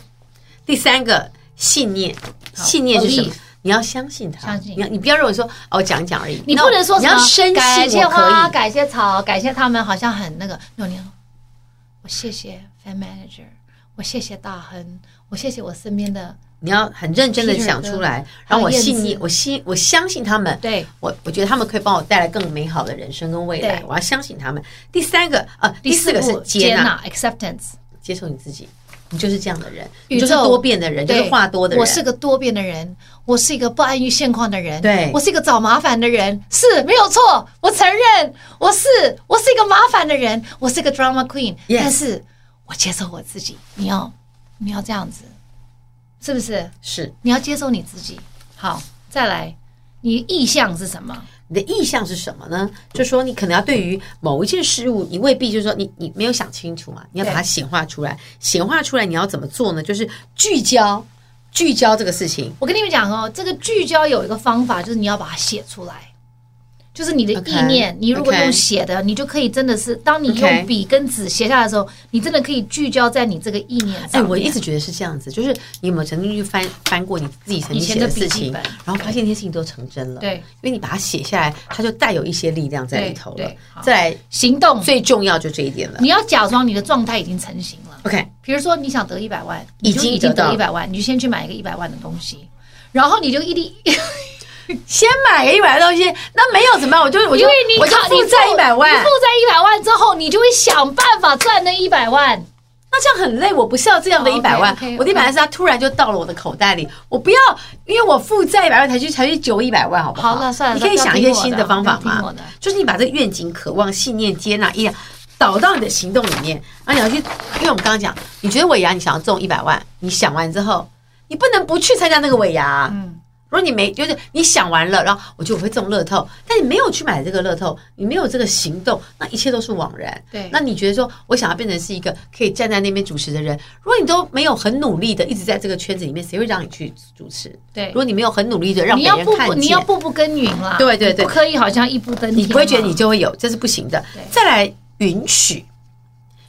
S1: 第三个信念，信念是什么
S2: belief？
S1: 你要相信它，
S2: 相信
S1: 你要你不要认为说哦我讲一讲而已，
S2: 你
S1: No，
S2: 不能说
S1: 你
S2: 什么
S1: 要深
S2: 感
S1: 信
S2: 谢
S1: 我可
S2: 花，
S1: 以。
S2: 感谢草，感谢他们，好像很那个。有你，我谢谢 fan manager，我谢谢大亨，我谢谢我身边的
S1: 你要很认真的
S2: Peter
S1: 想
S2: 哥
S1: 出来，
S2: 还
S1: 然
S2: 有
S1: 后我
S2: 燕
S1: 信
S2: 子
S1: 念，我信，我相信他们。
S2: 对
S1: 我，我觉得他们可以帮我带来更美好的人生跟未来
S2: 对。
S1: 我要相信他们。第三个，呃，第四个
S2: 四
S1: 是
S2: 步
S1: 接纳，
S2: acceptance。
S1: 接受你自己，你就是这样的人，
S2: 宇
S1: 你
S2: 宙
S1: 就是多变的人，就
S2: 对，
S1: 是话多的人。
S2: 我是个多变的人，我是一个不安于现况的人，
S1: 对
S2: 我是一个找麻烦的人，是没有错，我承认我是我是一个麻烦的人，我是个 drama queen，、
S1: Yes
S2: 但是我接受我自己，你要你要这样子，是不是？
S1: 是
S2: 你要接受你自己。好，再来，你的意向是什么？
S1: 你的意向是什么呢？就说你可能要对于某一件事物，你未必就是说你你没有想清楚嘛，你要把它
S2: 对
S1: 显化出来。显化出来你要怎么做呢？就是聚焦，聚焦这个事情。
S2: 我跟你们讲哦，这个聚焦有一个方法，就是你要把它写出来，就是你的
S1: OK，
S2: 意念。你如果
S1: OK
S2: 用写的，你就可以真的是，当你
S1: OK
S2: 用笔跟纸写下来的时候，你真的可以聚焦在你这个意念
S1: 哎、
S2: 上面。
S1: 我一直觉得是这样子，就是你有没有曾经去翻翻过你自己曾经
S2: 以前
S1: 写
S2: 的
S1: 的
S2: 笔
S1: 事
S2: 记
S1: 情
S2: 本，
S1: 然后发现那些事情都成真了。
S2: 对
S1: 因为你把它写下来，它就带有一些力量在里头
S2: 对
S1: 了
S2: 对好。
S1: 再来，
S2: 行动，
S1: 最重要就这一点了。
S2: 你要假装你的状态已经成型了。
S1: OK，
S2: 比如说，你想得一百万，你就
S1: 已经
S2: 已经
S1: 得到
S2: 得一百万，你就先去买一个一百万的东西，然后你就一定，
S1: 先买个一百万东西，那没有怎么办？我就我
S2: 因
S1: 就
S2: 为你
S1: 我就
S2: 靠
S1: 负债一百
S2: 你
S1: 万
S2: 负，债一百万之后，你就会想办法赚那一百万。
S1: 那这样很累。我不是要这样的
S2: 哦
S1: 一百万
S2: OK，OK，OK
S1: 我的一百万是它突然就到了我的口袋里，我不要，因为我负债一百万才去才去九一百万，好不好？
S2: 好了算了
S1: 你可以
S2: 不要
S1: 想一
S2: 听
S1: 些
S2: 我的
S1: 新的方法
S2: 不要听我
S1: 嘛
S2: 的，
S1: 就是你把这个愿景、渴望、信念、接纳、依然导到你的行动里面，然后你要去，因为我们刚刚讲，你觉得尾牙你想要中一百万，你想完之后，你不能不去参加那个尾牙、啊，
S2: 嗯，
S1: 如果你没，就是你想完了，然后我就我会中乐透，但你没有去买这个乐透，你没有这个行动，那一切都是枉然。
S2: 对
S1: 那你觉得说我想要变成是一个可以站在那边主持的人，如果你都没有很努力的一直在这个圈子里面，谁会让你去主持？
S2: 对
S1: 如果你没有很努力的让
S2: 你
S1: 别
S2: 要
S1: 人
S2: 步
S1: 看
S2: 步，
S1: 见，
S2: 你要步步耕耘啦。
S1: 对对对
S2: 你不可以好像一步登天嘛。啊
S1: 你不会觉得你就会有，这是不行的
S2: 对。
S1: 再来允许，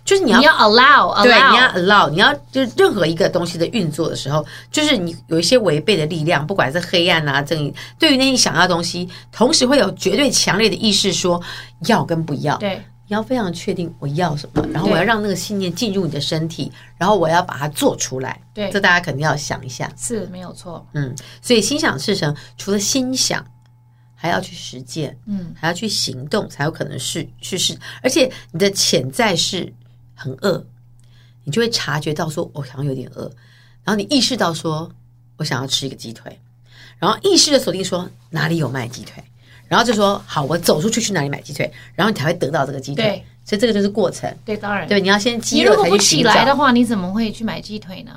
S1: 就是你要
S2: 你要 allow
S1: 对，你
S2: allow，
S1: 要 allow，你要就是任何一个东西的运作的时候，就是你有一些违背的力量，不管是黑暗啊、正义，对于那些想要的东西，同时会有绝对强烈的意识说要跟不要。
S2: 对
S1: 你要非常确定我要什么，然后
S2: 对
S1: 我要让那个信念进入你的身体，然后我要把它做出来。
S2: 对
S1: 这大家肯定要想一下。
S2: 是没有错。
S1: 嗯，所以心想事成，除了心想，还要去实践，
S2: 嗯，
S1: 还要去行动，才有可能是去试。而且你的潜在是很饿，你哦就会察觉到说，我好像有点饿，然后你意识到说我想要吃一个鸡腿，然后意识的锁定说哪里有卖鸡腿，然后就说好，我走出去去哪里买鸡腿，然后你才会得到这个鸡腿
S2: 对。
S1: 所以这个就是过程，
S2: 对，当然。
S1: 对，你要先
S2: 你
S1: 肌
S2: 如
S1: 肉
S2: 果
S1: 才
S2: 不
S1: 去
S2: 起
S1: 寻
S2: 来的
S1: 找。
S2: 话，你怎么会去买鸡腿呢？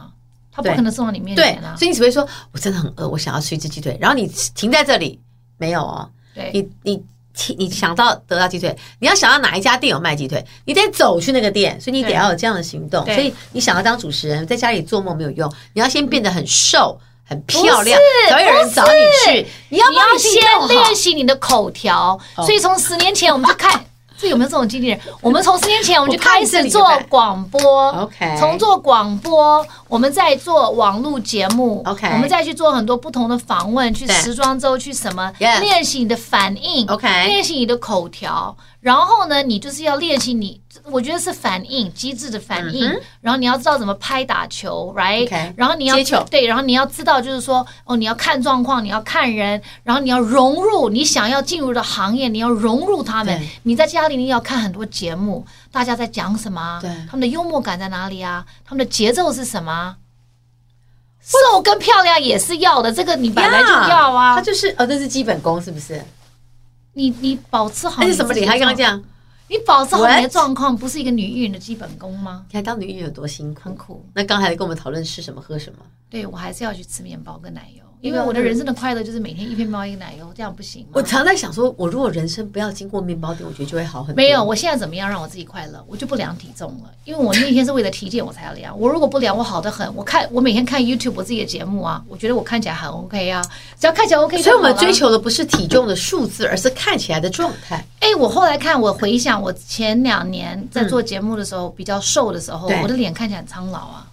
S2: 他不
S1: 对
S2: 可能送到你面
S1: 对
S2: 前啊，。
S1: 所以你只会说我真的很饿，我想要吃一只鸡腿，然后你停在这里没有哦，
S2: 对
S1: 你你提你想到得到鸡腿，你要想到哪一家店有卖鸡腿，你得走去那个店，所以你得
S2: 对
S1: 要有这样的行动。
S2: 对
S1: 所以你想要当主持人，在家里做梦没有用，你要先变得很瘦、很漂亮，
S2: 不是
S1: 才会有人找你去。你要
S2: 你要先练
S1: 习。
S2: 习你的口条，
S1: 哦
S2: 所以从十年前我们就看。 [LAUGHS] 这有没有这种经纪人？我们从十年前我们就开始
S1: 哦
S2: 做广播
S1: OK
S2: 从做广播，我们再做网络节目
S1: OK
S2: 我们再去做很多不同的访问，去
S1: 对
S2: 时装周，去什么
S1: Yes
S2: 练习你的反应
S1: OK
S2: 练习你的口条，然后呢，你就是要练习你，我觉得是反应机智的反应然后你要知道怎么拍打球
S1: 嗯
S2: ，right？、
S1: OK
S2: 然后你要
S1: 接球
S2: 对，然后你要知道，就是说，哦，你要看状况，你要看人，然后你要融入你想要进入的行业，你要融入他们
S1: 对。
S2: 你在家里你要看很多节目，大家在讲什么啊
S1: 对？
S2: 他们的幽默感在哪里啊？他们的节奏是什么啊？瘦跟漂亮也是要的，这个你本来就要
S1: 他
S2: 啊。
S1: 就是哦，这是基本功，是不是？
S2: 你你保持好
S1: 那
S2: 你
S1: 是
S2: 自己
S1: 什
S2: 的
S1: 哎么
S2: 状，
S1: 理？他刚刚这样，
S2: 你保持好
S1: What？
S2: 你的状况，不是一个女艺人的基本功吗？
S1: 你看当女艺人有多辛苦
S2: 很。苦。嗯
S1: 那刚才跟我们讨论吃什么喝什么，
S2: 对我还是要去吃面包跟奶油，
S1: 对
S2: 因
S1: 啊
S2: 为我的人生的快乐就是每天一片面包一个奶油，这样不行吗？
S1: 我常在想说，我如果人生不要经过面包店，我觉得就会好很多。
S2: 没有，我现在怎么样让我自己快乐？我就不量体重了，因为我那天是为了体检我才要量。我如果不量，我好得很。我看我每天看 YouTube 我自己的节目啊，我觉得我看起来很 OK 啊，只要看起来 OK 就
S1: 所以我们
S2: 好了
S1: 追。求的不是体重的数字，而是看起来的状态。
S2: 哎，我后来看我回想我前两年在做节目的时候、比较瘦的时候
S1: 嗯对，
S2: 我的脸看起来很苍老啊，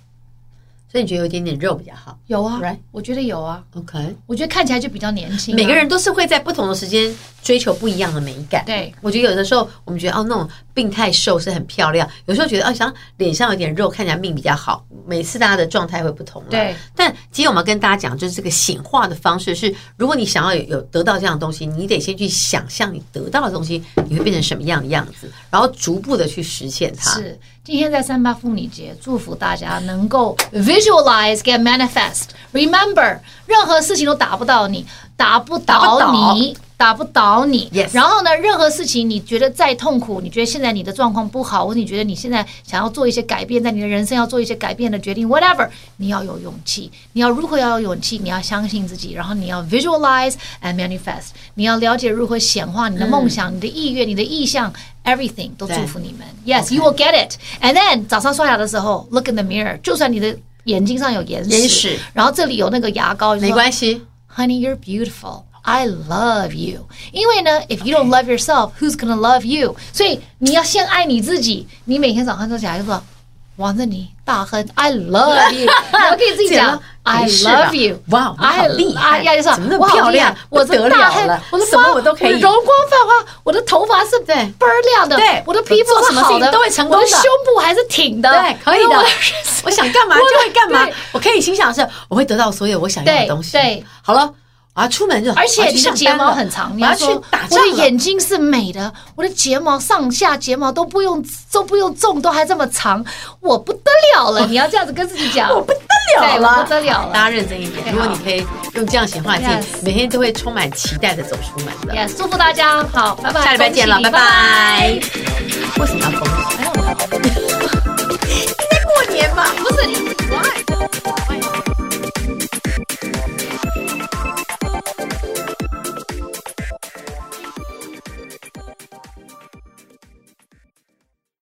S1: 所以你觉得有一点点肉比较好
S2: 有啊
S1: Right
S2: 我觉得有啊，
S1: ？OK，
S2: 我觉得看起来就比较年轻啊、
S1: 每个人都是会在不同的时间追求不一样的美感。
S2: 对，
S1: 我觉得有的时候我们觉得哦，那种病态瘦是很漂亮，有时候觉得哦，想脸上有点肉，看起来命比较好。每次大家的状态会不同啦
S2: 对。
S1: 但今天我们要跟大家讲，就是这个显化的方式是，如果你想要有有得到这样的东西，你得先去想象你得到的东西，你会变成什么样的样子，然后逐步的去实现它。
S2: 是，今天在三八妇女节，祝福大家能够 visualize get manifest。Remember，任何事情都打不到你，打不
S1: 打
S2: 倒
S1: 不倒
S2: 你。打不倒你
S1: Yes
S2: 然后呢？任何事情你觉得再痛苦，你觉得现在你的状况不好，或者你觉得你现在想要做一些改变，在你的人生要做一些改变的决定，whatever，你要有勇气。你要如何要有勇气？你要相信自己，然后你要 visualize and manifest。你要了解如何显化你的梦想、你的意愿、你的意向，everything 都祝
S1: 对
S2: 福你。祝福你们。Yes, you will get it. And then 早上刷牙的时候，look in the mirror，就算你的眼睛上有眼
S1: 眼
S2: 屎
S1: 屎，
S2: 然后这里有那个牙膏，
S1: 没
S2: 系
S1: 关系。
S2: ，Honey, you're beautiful. I love you. 因为呢，if you don't love yourself, who's gonna love you？所以你要先爱你自己。你每天早上都起来就说。王振宁大亨，I love you，然后可以自己
S1: [LAUGHS]
S2: 讲，I
S1: 没事吧
S2: love you，
S1: 哎哇我好厉害
S2: I- 哎呀，就是
S1: 怎么那么
S2: 我好
S1: 漂
S2: 厉害
S1: 亮
S2: 我
S1: 不得
S2: 是大
S1: 了
S2: 亨
S1: 了
S2: 我的
S1: 什么
S2: 发
S1: 我都可以
S2: 的容光焕发，我的头发是
S1: 对
S2: 倍儿亮的，
S1: 对
S2: 我的皮肤
S1: 我做
S2: 是
S1: 什么
S2: 好
S1: 事情
S2: 的，
S1: 都会成功
S2: 我的
S1: 的
S2: 胸部还是挺的，
S1: 对，可以
S2: 嗯我
S1: 的
S2: 的。
S1: [LAUGHS] 我想干嘛就会干嘛
S2: 对，
S1: 我可以心想是，我会得到所有我想要的
S2: 对
S1: 东西。
S2: 对，
S1: 好了，我要出门了，
S2: 而
S1: 我
S2: 且
S1: 要
S2: 你
S1: 去
S2: 的
S1: 上
S2: 睫
S1: 班
S2: 毛
S1: 了
S2: 很长，你
S1: 我
S2: 要
S1: 要
S2: 说
S1: 去打
S2: 我
S1: 仗了。
S2: 的眼睛是美的，我的睫毛上下睫毛都不用都不用种，都还这么长，我不得了了！你要这样子跟自己讲，
S1: 哦我不得了
S2: 对
S1: 了，
S2: 我不得了了
S1: 大家认真一点，如果你可以用这样显化镜
S2: Yes，
S1: 每天都会充满期待的走出门的。
S2: Yes，祝福大家，好，拜拜，
S1: 下礼拜见了，
S2: 恭
S1: 拜
S2: 喜你
S1: 拜。为什么要封？
S2: 拜拜哎我